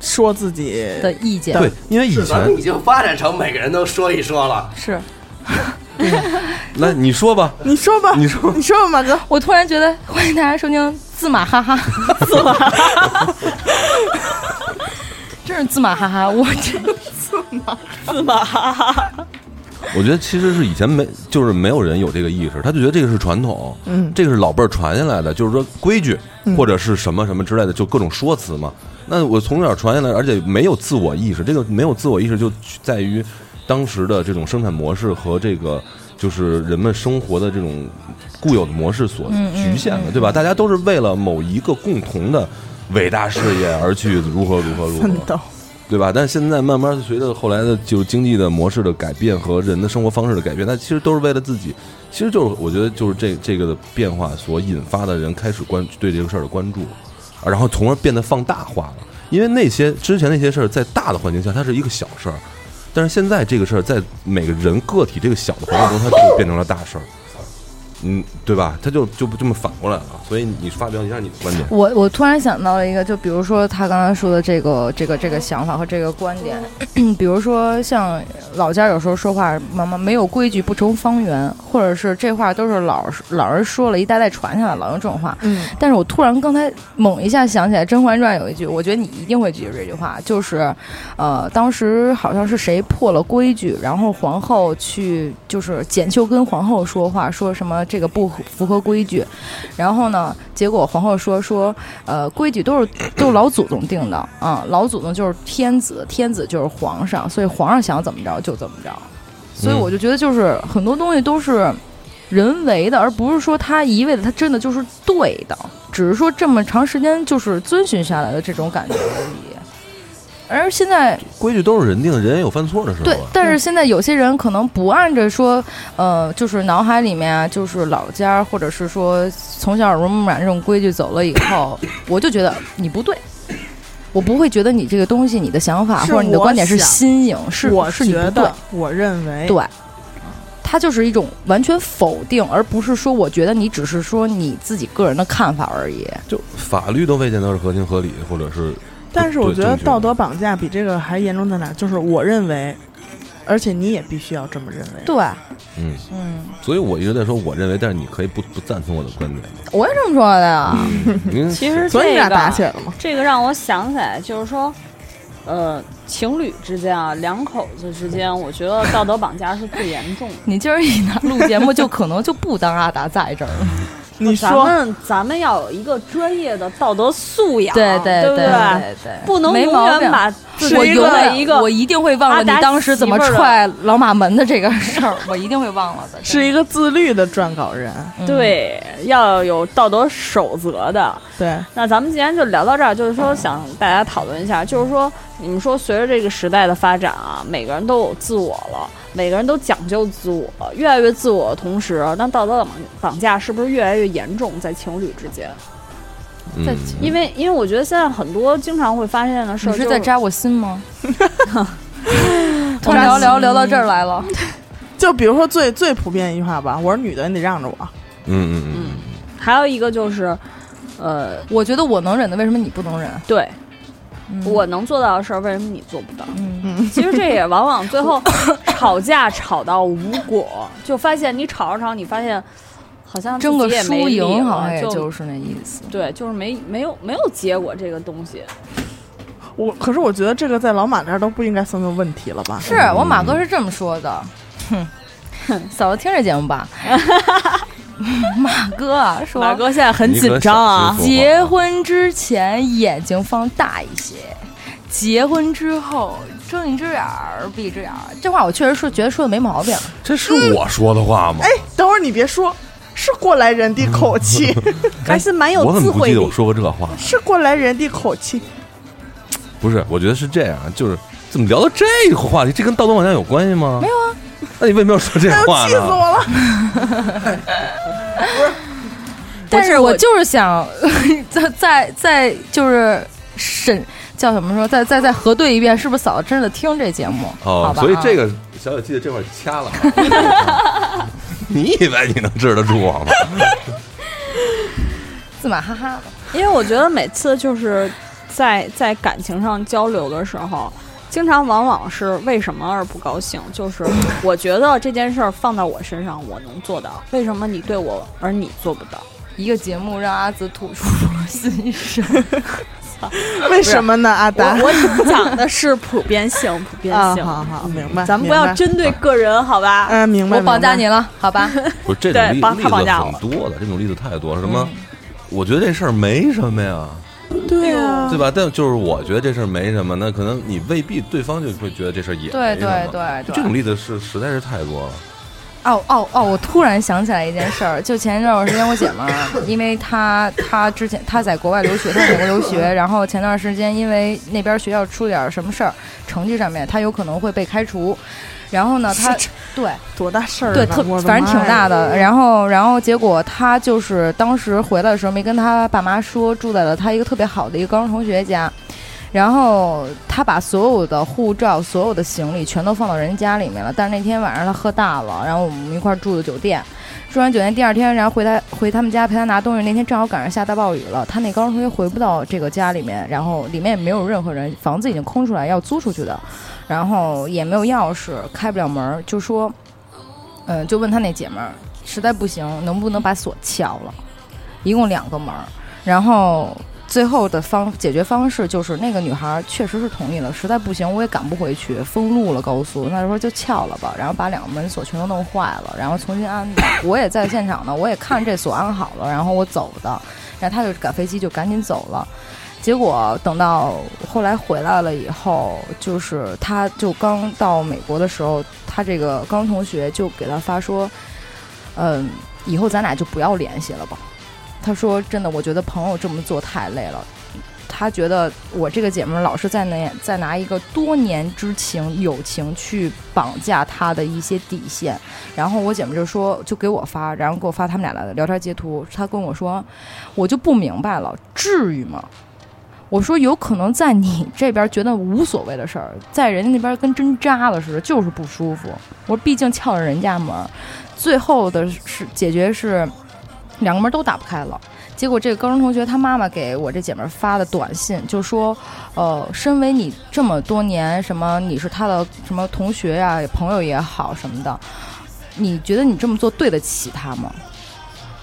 说自己的意见，对，因为以咱前们已经发展成每个人都说一说了。是来你说吧，你说吧，你说你说吧，马哥，我突然觉得，欢迎大家收听自马哈哈，自马哈哈， 真是自马哈哈，我真的自马自马哈哈，我觉得其实是以前没，就是没有人有这个意识，他就觉得这个是传统，嗯，这个是老辈儿传下来的，就是说规矩或者是什么什么之类的，就各种说辞嘛。那我从小传下来，而且没有自我意识，这个没有自我意识就在于当时的这种生产模式和这个就是人们生活的这种固有的模式所局限的，对吧？大家都是为了某一个共同的伟大事业而去如何如何如何奋斗，对吧？但现在慢慢随着后来的就是经济的模式的改变和人的生活方式的改变，它其实都是为了自己，其实就是我觉得就是这这个的变化所引发的人开始关对这个事儿的关注，啊然后从而变得放大化了。因为那些之前那些事儿在大的环境下它是一个小事儿，但是现在这个事儿在每个人个体这个小的环境中，它就变成了大事儿。嗯，对吧？它就就这么反过来了，所以你发表一下你的观点。我我突然想到了一个，就比如说他刚才说的这个这个这个想法和这个观点， 比如说像老家有时候说话，妈妈没有规矩不成方圆，或者是这话都是老老人说了一代代传下来，老用这种话。嗯，但是我突然刚才猛一下想起来，《甄嬛传》有一句，我觉得你一定会记住这句话，就是，呃，当时好像是谁破了规矩，然后皇后去就是简秀跟皇后说话，说什么这个不合符合规矩，然后呢，结果皇后说说，呃，规矩都是都是老祖宗定的啊，老祖宗就是天子，天子就是皇上，所以皇上想怎么着就怎么着，所以嗯我就觉得就是很多东西都是。人为的，而不是说他一味的，他真的就是对的，只是说这么长时间就是遵循下来的这种感觉而已。而现在规矩都是人定的，人也有犯错的时候对啊，。但是现在有些人可能不按着说，呃，就是脑海里面啊，就是老家儿或者是说从小耳濡目染这种规矩走了以后，我就觉得你不对，我不会觉得你这个东西、你的想法是或者你的我观点是想新颖，是我是你觉不对得，，我认为，对，它就是一种完全否定，而不是说我觉得你只是说你自己个人的看法而已。就法律都未见得是合情合理，或者是但是我对觉得正确的道德绑架比这个还严重在哪儿？就是我认为，而且你也必须要这么认为。对，嗯，嗯，所以我一直在说我认为，但是你可以不不赞同我的观点。嗯我也这么说的呀。因为其实所以你这俩个打起来了吗？这个让我想起来，就是说，呃，情侣之间啊，两口子之间，我觉得道德绑架是最严重的。你今儿一拿录节目，就可能就不当阿达在这儿了。你咱说们咱们要有一个专业的道德素养，对对对不对？对，不能没永毛远病把自我己永作为远一个我一定会忘了阿达你当时怎么媳妇儿踹的老马门的这个事儿，我一定会忘了的。是一个自律的撰稿人，嗯，对要有道德守则的。对，那咱们今天就聊到这儿，就是说想大家讨论一下，就是说你们说随着这个时代的发展啊，每个人都有自我了，每个人都讲究自我，越来越自我的同时，那道德绑绑架是不是越来越严重在情侣之间？嗯在因为因为我觉得现在很多经常会发现的事你儿、就是在扎我心 吗？突然聊聊聊到这儿来了，就比如说最最普遍一句话吧，我是女的，你得让着我。嗯嗯嗯，还有一个就是，呃，我觉得我能忍的，为什么你不能忍？对嗯我能做到的事儿，为什么你做不到？嗯，其实这也往往最后 吵架吵到无果，就发现你吵着吵，你发现好像自争己个也没输理赢了好像也就就是那意思。对，就是没没有没有结果这个东西。我可是我觉得这个在老马这儿都不应该算作问题了吧？是啊我马哥是这么说的，嗯哼， 嫂子听这节目吧。马哥啊说，马哥现在很你可紧张啊小，心说结话婚之前眼睛放大一些，结婚之后睁一只眼儿闭一只眼儿。这话我确实是觉得说的没毛病。这是我说的话吗？哎，等会儿你别说，是过来人的口气， 还是蛮有嗯我怎智么不慧记得我的，说过这话？是过来人的口气。不是，我觉得是这样，啊就是怎么聊到这个话题？这跟道德绑架有关系吗？没有啊。那你为什么要说这哎 样呦，话气死呢？我了！但是我就是想 再再再就是审叫什么说，再再再核对一遍，是不是嫂子真的听这节目？好哦，吧，所以这啊个小小记得这块掐了。啊你以为你能治得住我啊吗？自马哈哈的，因为我觉得每次就是在在感情上交流的时候，经常往往是为什么而不高兴， 就是我觉得这件事儿放到我身上我能做到，为什么你对我而你做不到？一个节目让阿紫吐出了心 声。为什么呢，阿达？我我讲的是普遍性，普遍啊，性，嗯好好，明白。咱们不要明白，针对个人，好吧？嗯，明白。我绑架明白你了，好吧？不是这对种例绑例他子绑架很我多的，这种例子太多了。什么？我觉得这事儿没什么呀，对啊，对吧？但就是我觉得这事儿没什么，那可能你未必对方就会觉得这事儿也对没什么对对对这种例子是实在是太多了。哦哦哦！我突然想起来一件事儿，就前一段时间我姐们儿，因为她她之前她在国外留学，她在美国留学，然后前段时间因为那边学校出了点儿什么事儿，成绩上面她有可能会被开除，然后呢，她对多大事儿啊？对特我的反正挺妈呀大的，然后然后结果她就是当时回来的时候没跟她爸妈说，住在了她一个特别好的一个高中同学家。然后她把所有的护照、所有的行李全都放到人家里面了。但是那天晚上她喝大了，然后我们一块儿住的酒店，住完酒店第二天，然后回她回他们家陪她拿东西。那天正好赶上下大暴雨了，她那高中同学回不到这个家里面，然后里面也没有任何人，房子已经空出来要租出去的，然后也没有钥匙，开不了门儿，就说，嗯、就问她那姐们儿，实在不行能不能把锁撬了？一共两个门儿，然后最后的方解决方式就是那个女孩儿确实是同意了，实在不行我也赶不回去，封路了高速，那时候就撬了吧，然后把两个门锁全都弄坏了，然后重新安的。我也在现场呢，我也看这锁安好了，然后我走的，然后他就赶飞机就赶紧走了。结果等到后来回来了以后，就是他就刚到美国的时候，他这个高中同学就给他发说，嗯，以后咱俩就不要联系了吧。他说：“真的，我觉得朋友这么做太累了。他觉得我这个姐们儿老是在那在拿一个多年之情、友情去绑架他的一些底线。然后我姐们儿就说，就给我发，然后给我发他们俩的聊天截图。他跟我说，我就不明白了，至于吗？我说有可能在你 这边觉得无所谓的事儿，在人家那边跟针扎了似的，就是不舒服。我说毕竟撬着人家门儿，最后的是解决是两个门都打不开了。结果这个高中同学他妈妈给我这姐们儿发的短信，就说，呃，身为你这么多年什么你是他的什么同学呀、朋友也好什么的，你觉得你这么做对得起他吗？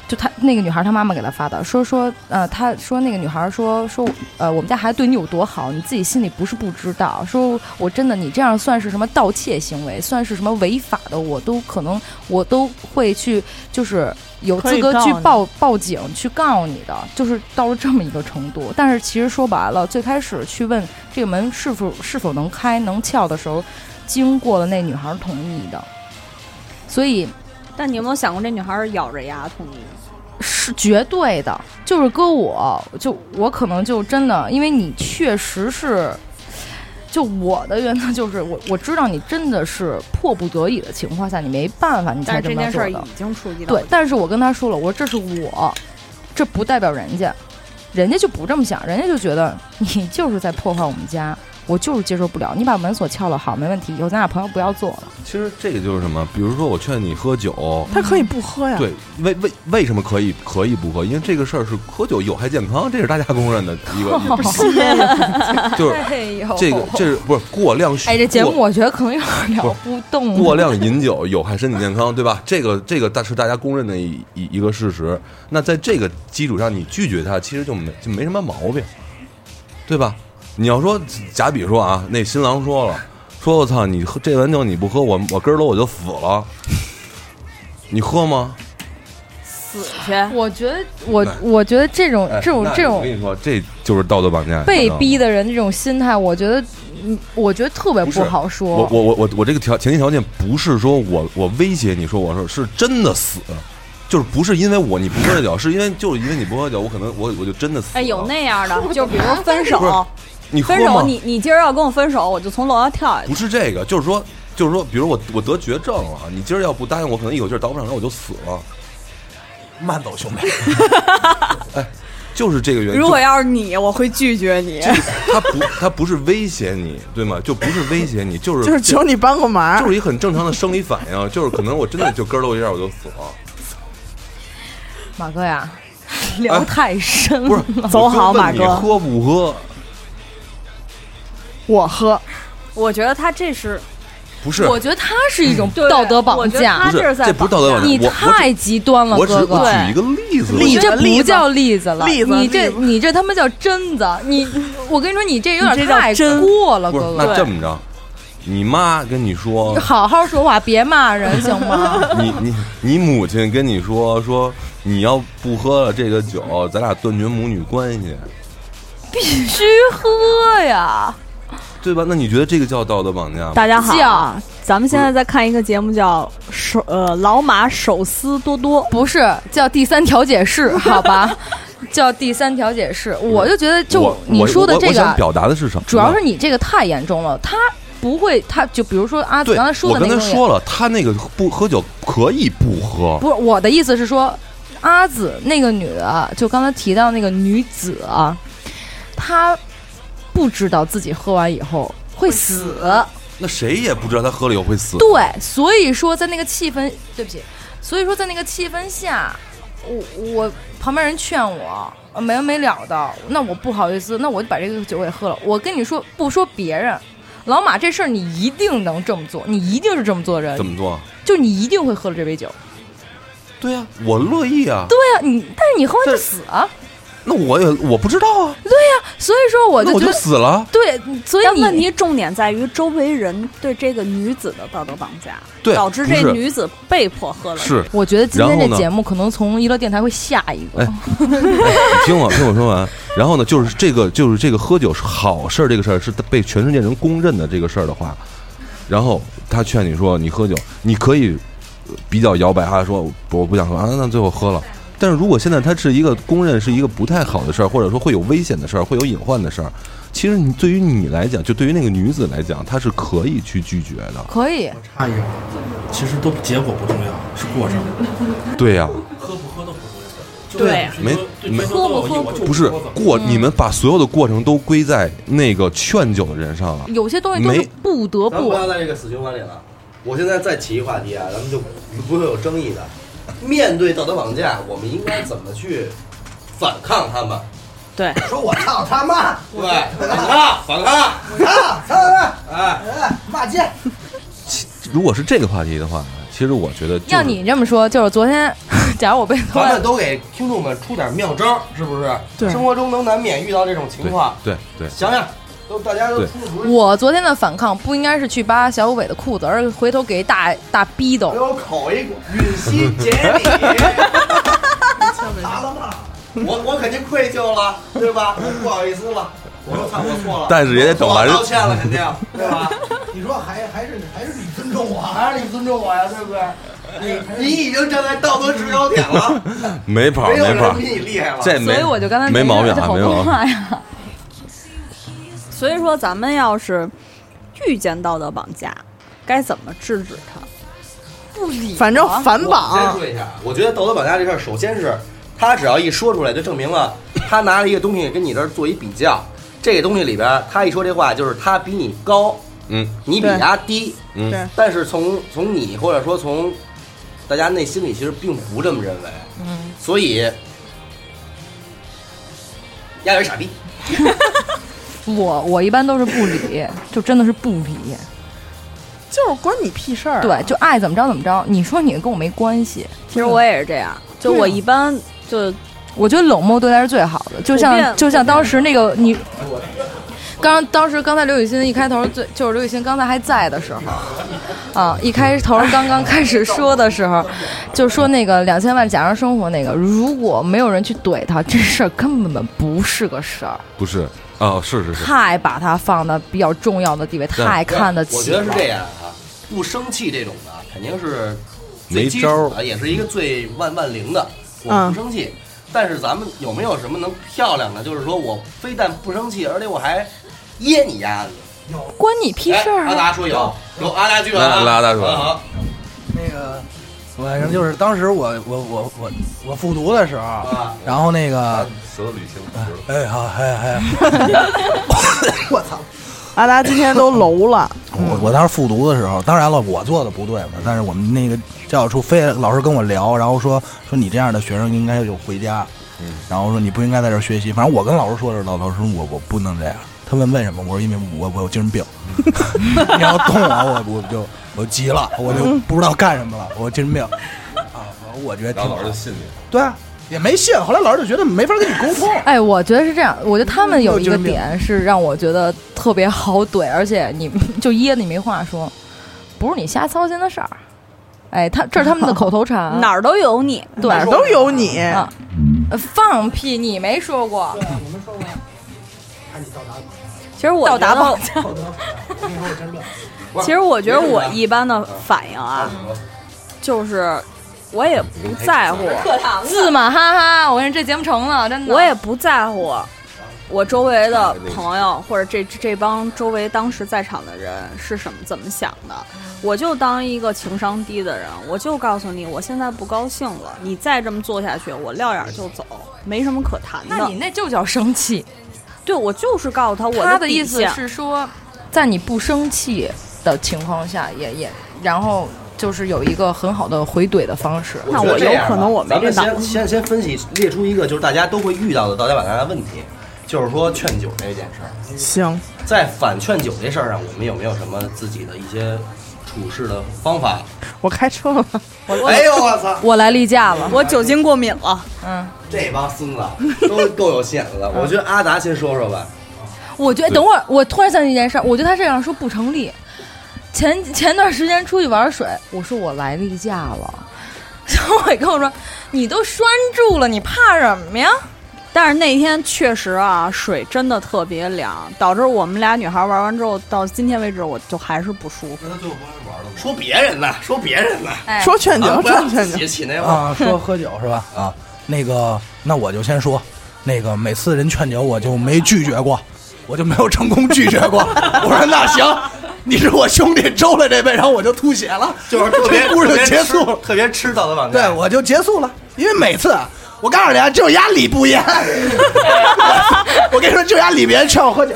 就他那个女孩，她妈妈给她发的，说说，呃，她说那个女孩说说，呃，我们家孩子对你有多好，你自己心里不是不知道。说我真的，你这样算是什么盗窃行为，算是什么违法的，我都可能我都会去，就是有可资以格去告你报报警去告你的，就是到了这么一个程度。但是其实说白了，最开始去问这个门是否是否能开能撬的时候，经过了那女孩同意的，所以但你有没有想过，这女孩儿咬着牙同意？是绝对的，就是搁我，就我可能就真的，因为你确实是，就我的原则就是我我知道你真的是迫不得已的情况下，你没办法，你但才这是这么件事做儿的。已经触及到对，但是我跟他说了，我说这是我，这不代表人家，人家就不这么想，人家就觉得你就是在破坏我们家，我就是接受不了，你把门锁撬了好，没问题，以后咱俩朋友不要做了。其实这个就是什么？比如说我劝你喝酒，他可以不喝呀。对，为为为什么可以可以不喝？因为这个事儿是喝酒有害健康，这是大家公认的一个， 就是哎呦 这个这是不是过量酗？哎，这节目过我觉得可能有点聊不动了。过量饮酒有害身体健康，对吧？这个这个大是大家公认的一一一个事实。那在这个基础上，你拒绝他，其实就没就没什么毛病，对吧？你要说，假比说啊，那新郎说了，说我操，你喝这碗酒你不喝，我我根儿楼我就死了，你喝吗？死去。我觉得我那我觉得这种哎这种那这我种跟你说，这就是道德绑架，你被知道吗逼的人这种心态，我觉得嗯，我觉得特别不是不好说。我我我我我这个条前提条件不是说我我威胁你说我说是真的死，就是不是因为我你不喝酒，是因为就是因为你不喝酒，我可能我我就真的死了。哎，有那样 的，就比如分不是手，你喝分手，吗？你你今儿要跟我分手，我就从楼下跳下去。不是这个，就是说就是说，比如我我得绝症了，你今儿要不答应我，可能一口气儿倒不上来我就死了，慢走，兄弟。 哎就是这个原因。如果要是你，我会拒绝你。就他不他不是威胁你，对吗？就不是威胁你，就是就是求你帮个忙，就是一很正常的生理反应，就是可能我真的就咯噔一下我就死了。马哥呀，聊太深了。 不是，走好我就问马你哥喝不喝？我喝，我觉得他这是不是，我觉得他是一嗯种对道德绑我觉得架他，不这是是在这不是道德绑架，你我太极端了，我只哥我只我哥。举一个例子，你例子这例不子叫例子了，例子你这例子你这他妈叫真子。你我跟你说，你这有你点这叫太真过了，不是哥那哥。这么着，你妈跟你说 你，好好说话，别骂 人行吗？你你你母亲跟你说说，你要不喝了这个酒，咱俩断绝母女关系， 必须喝呀！对吧？那你觉得这个叫道德绑架吗？ 大家好啊叫，咱们现在在看一个节目叫《手呃老马手撕多多》，不是叫第三调解室，好 吧？叫第三调解室，我就觉得就我你我说的我这我想个，表达的是什么呢？主要是你这个太严重了，他不会，他就比如说阿紫对，刚才说我的那刚个东才西，说了，他那个不喝酒可以不喝，不是我的意思是说，阿紫那个女的，就刚才提到那个女子啊，她不知道自己喝完以后会死，那谁也不知道他喝了以后会死。对，所以说在那个气氛，对不起，所以说在那个气氛下，我我旁边人劝我呃没完没了的，那我不好意思，那我就把这个酒给喝了。我跟你说，不说别人，老马这事儿你一定能这么做，你一定是这么做人怎，么做？就你一定会喝了这杯酒。对呀、我乐意啊。对呀、你但是你喝完就这死啊，那我也我不知道啊，所以说我那就我觉就得。死了。对，所但以问题重点在于周围人对这个女子的道德绑架，对导致不这是女子被迫喝了。是，我觉得今天然后这呢节目可能从娱乐电台会下一个。哎 你听我听我说完。然后呢，就是这个就是这个喝酒是好事儿，这个事儿是被全世界人公认的这个事儿的话，然后他劝你说你喝酒，你可以呃比较摇摆哈，说我不想喝啊，那最后喝了。但是如果现在它是一个公认是一个不太好的事儿，或者说会有危险的事儿，会有隐患的事儿，其实你对于你来讲，就对于那个女子来讲，她是可以去拒绝的。可以，差一个，其实都结果不重要，是过程。对呀、喝不喝都不重要，就对没没喝不喝不是嗯过，你们把所有的过程都归在那个劝酒的人上了。有些东西都没是不得咱不们不。要在这个死循环里了。我现在再起一话题啊，咱们就不会有争议的。面对道德绑架，我们应该怎么去反抗他们？对，说我操他妈，对，反抗，反抗，操操他妈，哎，哎骂街，如果是这个话题的话，其实我觉得就是要你这么说，就是昨天， 假如我被偷咱了们，都给听众们出点妙招，是不是？对生活中能难免遇到这种情对况，对对，想想，都大家都对出出主意，我昨天的反抗不应该是去扒小伟的裤子，而是回头给大大逼给斗。我口一口，吮吸解里。打了吧，我我肯定愧疚了，对吧？ 我不好意思了，我说操，我错了。但是也得等完我道歉了，肯定，对吧？你说还还是还是你尊重我啊？还是你尊重我呀，对不对？你你已经站在道德制高点 了，没跑没有没跑人比，你厉害了。这没所以我就刚才没毛病这啊，好没毛多病。话呀。所以说咱们要是遇见道德绑架，该怎么制止他？不理反正反我先绑，说一下，啊我觉得道德绑架这事儿，首先是他只要一说出来，就证明了他拿了一个东西跟你这儿做一比较，这个东西里边儿他一说这话，就是他比你高，嗯你比对他低，对嗯，但是从从你或者说从大家内心里其实并不这么认为，嗯，所以亚有一傻逼，我我一般都是不理，就真的是不理。就是关你屁事儿。对，就爱怎么着怎么着。你说你跟我没关系，其实我也是这样，就我一般就我觉得冷漠对待是最好的，就普遍像就像当时那个你，刚当时刚才刘雨欣一开头最就是刘雨欣刚才还在的时候，啊，一开头刚刚开始说的时候，就说那个两千万假装生活那个，如果没有人去怼他，这事儿根本不是个事儿，不是哦，是是是，太把他放到比较重要的地位，对太看得起了。我觉得是这样啊，不生气这种的肯定是最没基招儿础的，也是一个最万万灵的。我嗯不生气，但是咱们有没有什么能漂亮的？就是说我非但不生气，而且我还噎你丫的。关你屁事儿哎阿啊！达说有，有阿达举手来啊，来阿达说啊好那个，反正就是当时我我我我我复读的时候，然后那个，舌头捋清了。哎好哎哎，我操！阿达今天都楼了，我我当时复读的时候，当然了，我做的不对嘛，但是我们那个教导处非老师跟我聊，然后说说你这样的学生应该就回家，然后说你不应该在这儿学习。反正我跟老师说的时候，老师说我我不能这样。他问为什么？我说因为我我有精神病，你要动我，我我就我急了，我就不知道干什么了，我有精神病啊！我我觉得挺好的信你，对啊，也没信。后来老师就觉得没法跟你沟通，哎，我觉得是这样，我觉得他嗯们有一没个有精神病点是让我觉得特别好怼，而且你 就噎得你没话说，不是你瞎操心的事儿。哎，他这是他 们的口头禅，哪儿都有你。对哪儿都有你。啊呃放屁，你没说过，其实我到达觉绑得架， 其实我觉得我一般的反应啊，就是我也不在乎，自嘛哈哈，我跟你说这节目成了，真的。我也不在乎我周围的朋友或者这这帮周围当时在场的人是什么怎么想的，我就当一个情商低的人，我就告诉你我现在不高兴了，你再这么做下去，我撂眼儿就走，没什么可谈那的你。那就叫生气。对我就是告诉他我他的的底意思线是说，在你不生气的情况下，也也然后就是有一个很好的回怼的方式。觉得那我这样吧有可能我没咱们这脑先先先分析列出一个就是大家都会遇到的道德绑架的问题，就是说劝酒这件事儿。行，在反劝酒这事儿上，我们有没有什么自己的一些处事的方法？我开车了， 哎呦我操！我来例假了，我酒精过敏了，这帮孙子都够有心眼子的。我觉得阿达先说说吧，我觉得对等会儿，我突然想起一件事儿，我觉得他这样说不成立。前前段时间出去玩水，我说我来例假了， 小伟跟我说：“你都拴住了，你怕什么呀但是那天确实啊，水真的特别凉，导致我们俩女孩玩完之后，到今天为止我就还是不舒服。说别人呢，说别人呢，？”哎，说劝啊酒，不要劝自劝酒。己起那话。啊，说喝酒 是吧？啊，那个，那我就先说，那个每次人劝酒我就没拒绝过，我就没有成功拒绝过。我说那行，你是我兄弟，周了这杯，然后我就吐血了，就是特别这故事特就别结吃束了。特别吃道德绑架。对，我就结束了，因为每次啊我告诉你啊，就是丫李不 言，我我跟你说，就是丫李不言劝我喝酒，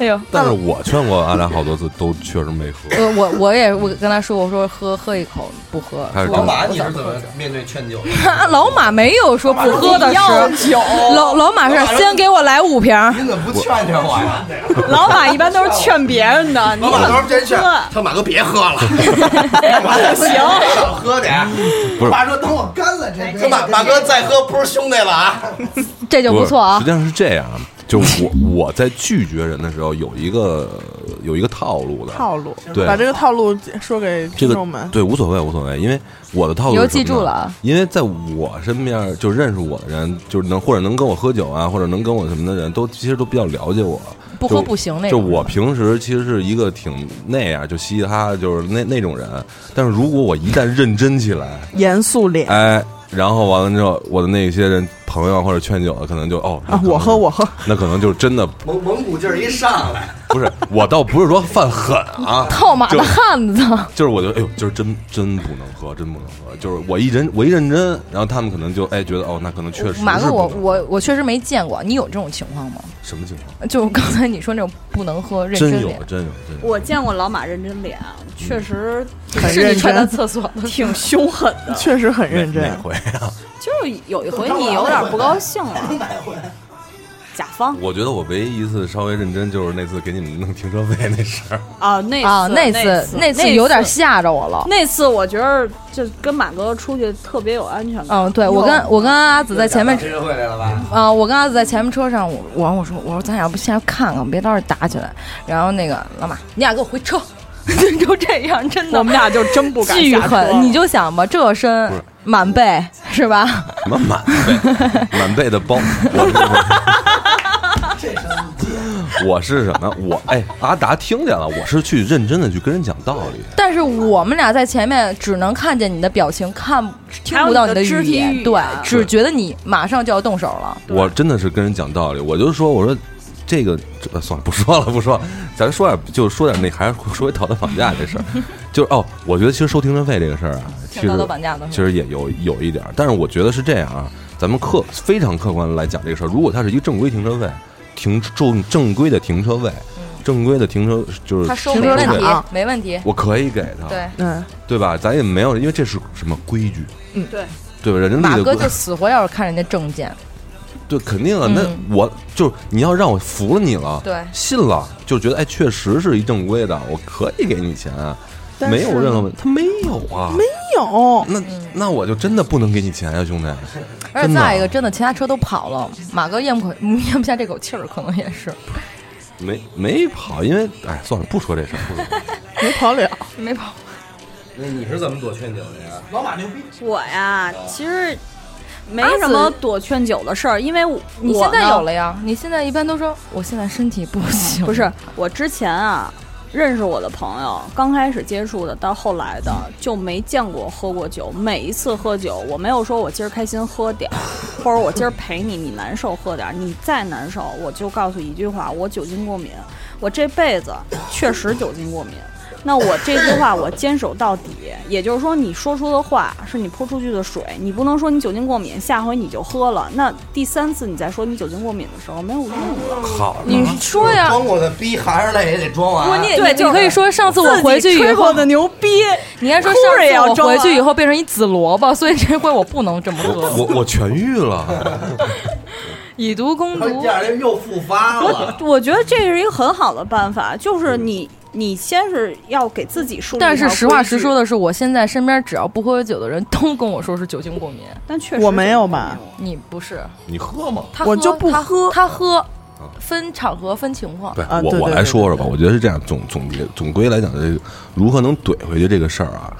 哎呦，但是我劝过阿达好多次，都确实没喝。呃我我我也我跟他说，我说喝喝一口不喝，他是说真的我想喝酒面对劝酒？啊老马没有说不喝的时候，老老马是先给我来五瓶儿，你怎么不劝劝我呀？ 老马一般都是劝别人的，你老马怎都么是真劝，喝他马哥别喝 了，行，少喝点。不是马说等我干了这杯，哎马马哥再喝不是兄弟了啊！这就不错实啊际。上是这样，就我 我在拒绝人的时候有一个有一个套路的套路，对把这个套路说给这听个众们。对，无所谓，无所谓，因为我的套路你是就什记么住呢了啊因为在我身边就认识我的人，就是能或者能跟我喝酒啊，或者能跟我什么的人都其实都比较了解我。不喝不行那就种我平时其实是一个挺那样，就嘻嘻哈哈，就是那那种人。但是如果我一旦认真起来，严肃脸哎，然后完了之后，我的那些人朋友或者劝酒的，可能就哦，那啊可！能我喝，我喝，那可能就真的蒙蒙古劲儿一上来，不是，我倒不是说犯狠啊， 套马就的汉子，就是我就哎呦，就是真真不能喝，真不能喝。就是我一认我一认真，然后他们可能就哎觉得哦，那可能确实是马哥，不我能喝我我确实没见过，你有这种情况吗？什么情况？就刚才你说那种不能喝认真真有点，真有真有，我见过老马认真脸，确实很是认你踹他真，厕所的，挺凶狠的。 确实很认真哪。回啊？ 就是有一回你有点不高兴了，甲方我觉得我唯一一次稍微认真，就是那次给你们弄停车费那事儿。啊，那啊，那次那次有点吓着我了。那次我觉得就跟马哥出去特别有安全感。嗯，对我跟我跟阿紫在前面，学会来了吧？啊，我跟阿紫在前面车上，我我我说我说咱俩要不下去看看，别到时候打起来。然后那个老马，你俩给我回车， 就这样，真的我们俩就真不敢巨下车了狠。你就想吧，这身不是满背是吧？ 什么满 背满背的包？我是 我是什么？我哎，阿达听见了，我是去认真的去跟人讲道理。但是我们俩在前面只能看见你的表情，看听不到还有你的的肢体言，语言对，对只觉得你马上就要动手了。我真的是跟人讲道理，我就说我说这个这呃算了，不说了，不说了，咱说点就说点那还是说回道德绑架这 事儿，就是哦，我觉得其实收停车费这个事儿啊，其挺实道德绑架的其，实也有有一点儿，但是我觉得是这样啊，咱们客非常客观地来讲这个事儿，如果它是一个正规停车位，停正正规的停车位，正规的停车就是他收停没车问费题啊，没问题。我可以给他，对，嗯，对吧？咱也没有，因为这是什么规矩，嗯对，对吧？人家立马的哥规就死活要是看人家证 件，对，肯定啊。那嗯我就是你要让我服了你了，对信了，就觉得哎，确实是一正规的，我可以给你钱，啊但没有是任何问题。他没有啊，没有那那我就真的不能给你钱呀、兄弟。嗯而真且的啊再一个，真的啊其他车都跑了，马哥咽不口 咽不下这口气儿，可能也是没没跑，因为哎，算了，不说这事儿，不说这事儿。没跑了。没跑。那你是怎么躲劝酒的呀？老马牛逼，我呀，其实没什么躲劝酒的事儿，因为我你现在呢有了呀？你现在一般都说我现在身体不行，不是我之前啊，认识我的朋友，刚开始接触的到后来的就没见过喝过酒。每一次喝酒，我没有说我今儿开心喝点儿，或者我今儿陪你，你难受喝点儿，你再难受，我就告诉一句话，我酒精过敏，我这辈子确实酒精过敏。那我这句话我坚守到底，也就是说，你说出的话是你泼出去的水，你不能说你酒精过敏，下回你就喝了。那第三次你再说你酒精过敏的时候没有用啊了。好，你说呀，光我的逼含着泪也得装完。不，你也对你就是啊你可以说上次我回去以后，的牛逼，你应该说哭着也要上次我装啊回去以后变成一紫萝卜，所以这回我不能这么喝， 我我痊愈了，以毒攻毒第。二天又复发了。我觉得这是一个很好的办法，就是你你先是要给自己树立一条但规矩，是实话实说的是，我现在身边只要不喝酒的人都跟我说是酒精过敏。但确实我没有吧？你不是，你喝吗？他我喝就不他喝他喝，分场合分情况。对哎啊我对我对来对说对说吧，我觉得是这样，总总结总归来讲，这个如何能怼回去这个事儿啊，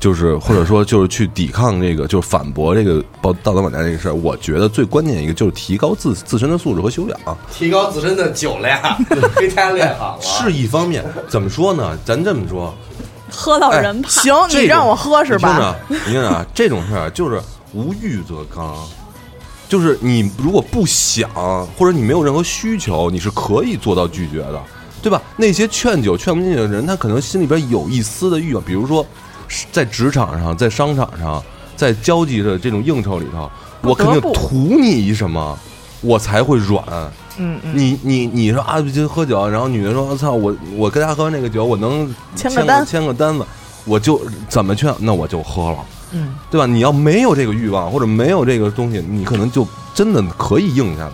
就是或者说就是去抵抗这个，就是反驳这个道道德绑架这个事儿。我觉得最关键一个就是提高自自身的素质和修养、啊提高自身的酒 量，给大家练好了。是一方面。怎么说呢？咱这么说，喝到人怕。行，这你种让我喝是吧？你听着，你听 着啊，这种事儿就是无欲则刚。就是你如果不想，或者你没有任何需求，你是可以做到拒绝的，对吧？那些劝酒劝不进去的人，他可能心里边有一丝的欲望，比如说是在职场上，在商场上，在交际的这种应酬里头，不我肯定得不图你一什么，我才会软。嗯嗯，你你你说啊，就喝酒，然后女的说，我操，我我跟他喝完那个酒，我能签个个单签个单子，我就怎么劝，那我就喝了，嗯，对吧？你要没有这个欲望或者没有这个东西，你可能就真的可以硬下来，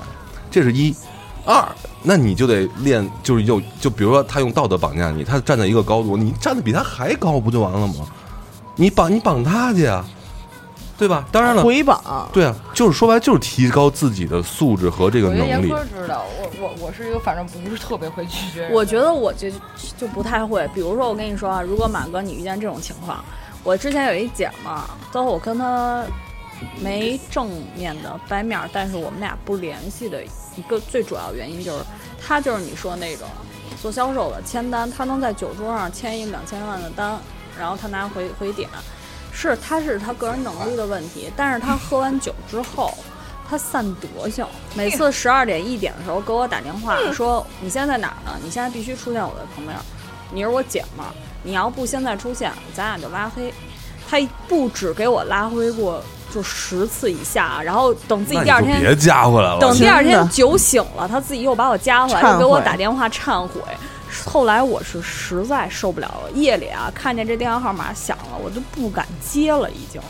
这是一。二，那你就得练，就是有就比如说他用道德绑架你，他站在一个高度，你站的比他还高，不就完了吗？你绑你绑他去啊，对吧？当然了，回嗯榜，对啊，就是说白了就是提高自己的素质和这个我觉得能严力。科知道，我我我是一个反正不是特别会拒绝人。我觉得我就就不太会。比如说，我跟你说啊，如果马哥你遇见这种情况，我之前有一姐们儿，最后我跟她没正面的掰面儿，但是我们俩不联系的一个最主要原因就是，她就是你说那种做销售的签单，她能在酒桌上签一两千万的单，然后她拿回回点，嗯是她是她个人能力的问题，但是她喝完酒之后。他散德性，嗯每哎次十二点一点的时候给我打电话说：“你现在在哪儿呢？你现在必须出现我的旁边儿，你是我姐们儿，你要不现在出现，咱俩就拉黑。”他不止给我拉黑过就十次以下，然后等自己那第二你就别天加回来等了。第二真天的酒醒了，他自己又把我加回来，忏又给我悔打电话忏悔。后来我是实在受不了了，夜里啊看见这电话号码响了，我就不敢接了，已经。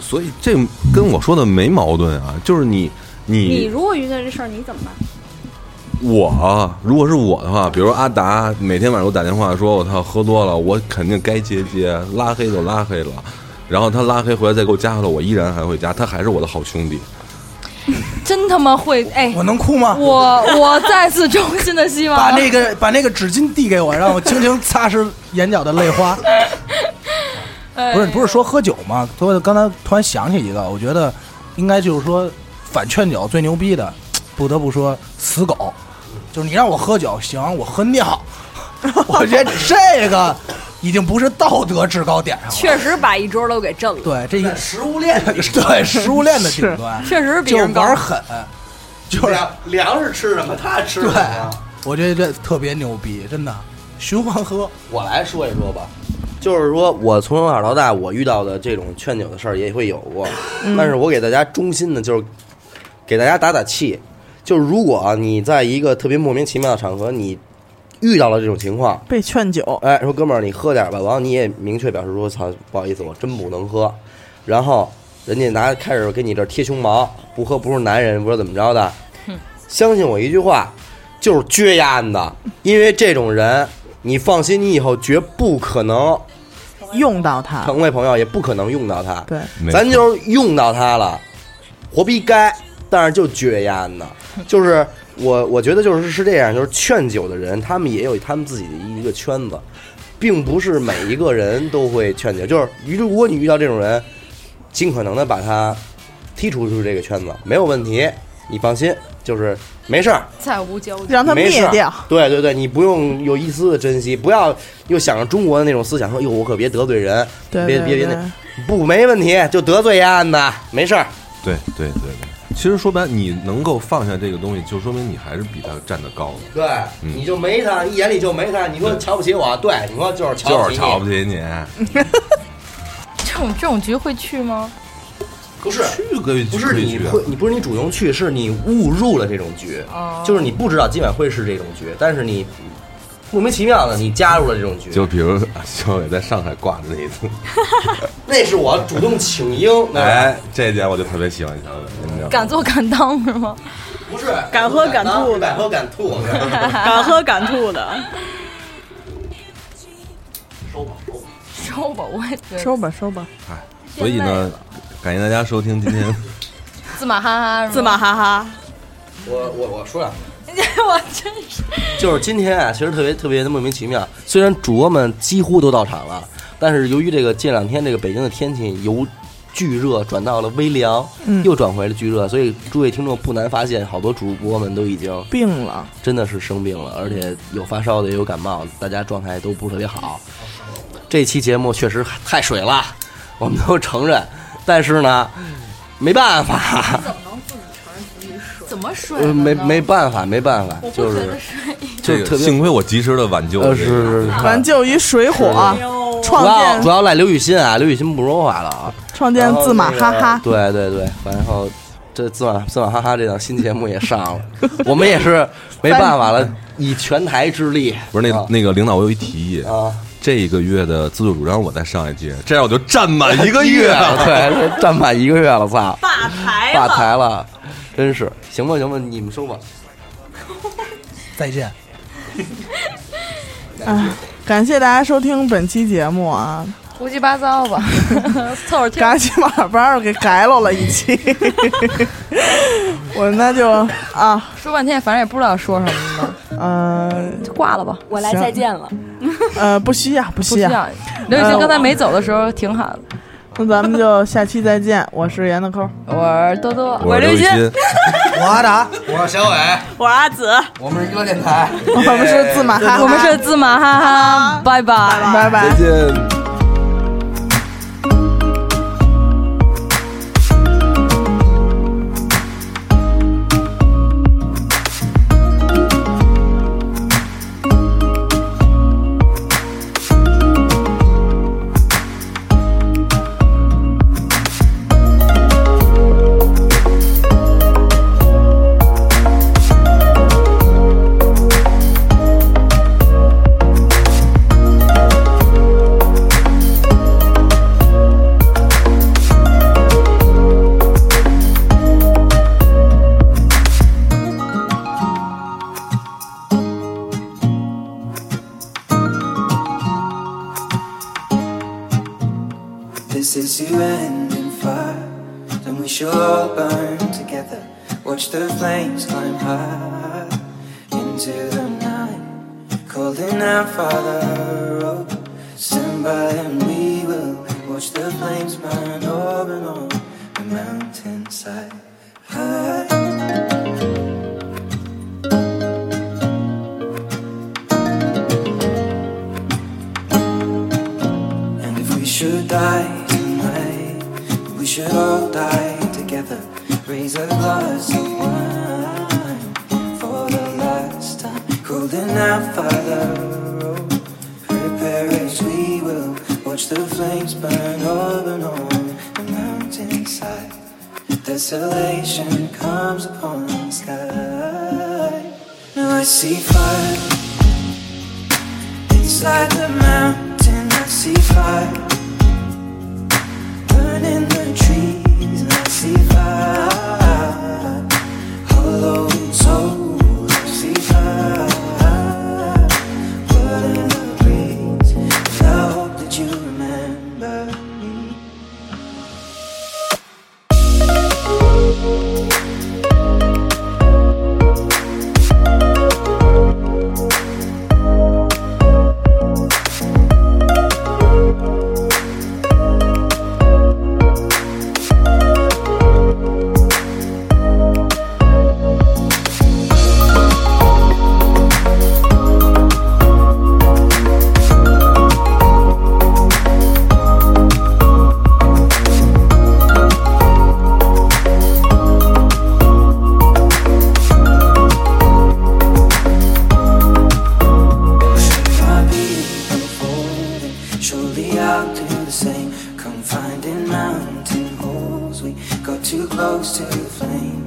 所以这跟我说的没矛盾啊，就是你你你如果遇见这事儿，你怎么办？我啊如果是我的话，比如阿达每天晚上给我打电话说我操喝多了，我肯定该接接，拉黑就拉黑了。然后他拉黑回来再给我加回来，我依然还会加，他还是我的好兄弟。真他妈会哎！我能哭吗？我我再次衷心的希把望，那个把那个纸巾递给我，让我轻轻擦拭眼角的泪 花。哎不是不是说喝酒吗？所以刚才突然想起一个，我觉得应该就是说反劝酒最牛逼的，不得不说死狗，就是你让我喝酒行，我喝尿， 我觉得这个已经不是道德制高点上了。确实把一桌都给震了。对，这个食物链的对食物链的顶端，确实比就人高玩狠，就是粮粮食吃什么？他吃什对么呀？，我觉得这特别牛逼，真的循环喝。我来说一说吧，就是说我从小到大，我遇到的这种劝酒的事儿也会有过，嗯但是我给大家衷心的，就是给大家打打气，就是如果啊你在一个特别莫名其妙的场合，你遇到了这种情况，被劝酒，哎，说哥们儿你喝点儿吧，完了你也明确表示说，操，不好意思，我真不能喝，然后人家拿开始给你这儿贴胸毛，不喝不是男人，不知道怎么着的，相信我一句话，就是撅丫的，因为这种人，你放心，你以后绝不可能用到它，成为朋友，也不可能用到他，对，没咱错就是用到他了，活逼该，但是就撅丫呢，就是我我觉得就是是这样，就是劝酒的人，他们也有他们自己的一个圈子，并不是每一个人都会劝酒，就是如果你遇到这种人，尽可能的把他剔除出这个圈子，没有问题，你放心，就是没事儿，再无交集。让它没事灭儿掉。对对对，你不用有一丝的珍惜，不要又想着中国的那种思想，说哟我可别得罪人，对别对别别对那不没问题，就得罪丫的，没事儿。对对对对，其实说白了，你能够放下这个东西，就说明你还是比他站得高的，对，你就没他，一眼里就没他。你说瞧不起我，对，你说就是瞧就不是起瞧你，不起你。这种这种局会去吗？不是。去可以不是可以你去啊会，你不是你主动去，是你误入了这种局，哦就是你不知道今晚会是这种局，但是你莫名其妙的你加入了这种局， 就比如小伟在上海挂的那一次，那是我主动请缨，那哎，这一点我就特别喜欢小伟，你知道吗？敢做敢当是吗？不是敢喝敢吐是敢喝敢吐，敢喝敢吐的。 收吧，我也觉得。收吧收吧，哎，所以呢，感谢大家收听今 天，自马哈哈是吗，自马哈哈，我我我说两句， 我真是就是今天啊，其实特别特别的莫名其妙。虽然主播们几乎都到场了，但是由于这个近两天这个北京的天气由巨热转到了微凉，嗯又转回了巨热，所以诸位听众不难发现，好多主播们都已经病了，真的是生病了，而且有发烧的，也有感冒的，大家状态都不是特别好。这期节目确实太水了，我们都承认，但是呢，没办法，怎么水呃了呢？没没办法，没办法，就是水。就这特个别幸亏我及时的挽救了呃这是个，是是哎挽救于水火，是创主要主建要赖刘雨欣啊，刘雨欣不说话了啊。创建然后字马那哈个哈，对对对，然后这字马字马哈哈这档新节目也上了，我们也是没办法了，以全台之力。不是那啊那个领导，我有一提议，啊，这个月的自作主张我再上一季，这样我就站满一个月。啊 对，这站满一个月了，操，霸台霸台了，真是行吧行吧，你们说吧。再见。感谢大家收听本期节目啊！胡七八糟吧， 凑合听。赶紧把班儿给改了了一 期， 我那就啊，说半天，反正也不知道说什么呢，呃就挂了吧。我来行再见了。呃，不需要，不不需需要，要。刘雨欣刚才没走的时候挺好的。那咱们就下期再见。我是严德抠，我是多多，呃我是刘雨欣。我阿达，我是小伟，我是阿紫。我们是娱乐电台。我们是字马哈哈，我们是自马哈哈，拜拜。拜拜。 This is you ending fire, and we shall all burn together. Watch the flames climb high into the night, calling out, Father, oh, stand by, and we will watch the flames burn over and on the mountainside. High. And if we should die tonight, we should all die together. Raise a glass of wine for the last time. Golden out, Father, oh, prepare as we will watch the flames burn over and on the mountainside. Desolation comes upon the sky. Now I see fire. Inside the mountain, I see fire. Burning the trees, I see fire. Hollow souls, I see fire. What in the breeze? And I hope that you remember me. Should I be unfolding? Surely I'll do the same. Come finding mountain holes. We got too close to the flame.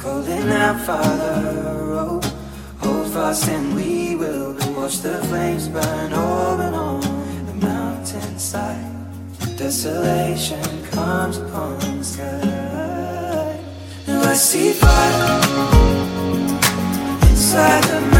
Calling out, Father, oh, hold fast and we will watch the flames burn over and on the mountainside. Desolation comes upon the sky. Now I see fire inside the mountain.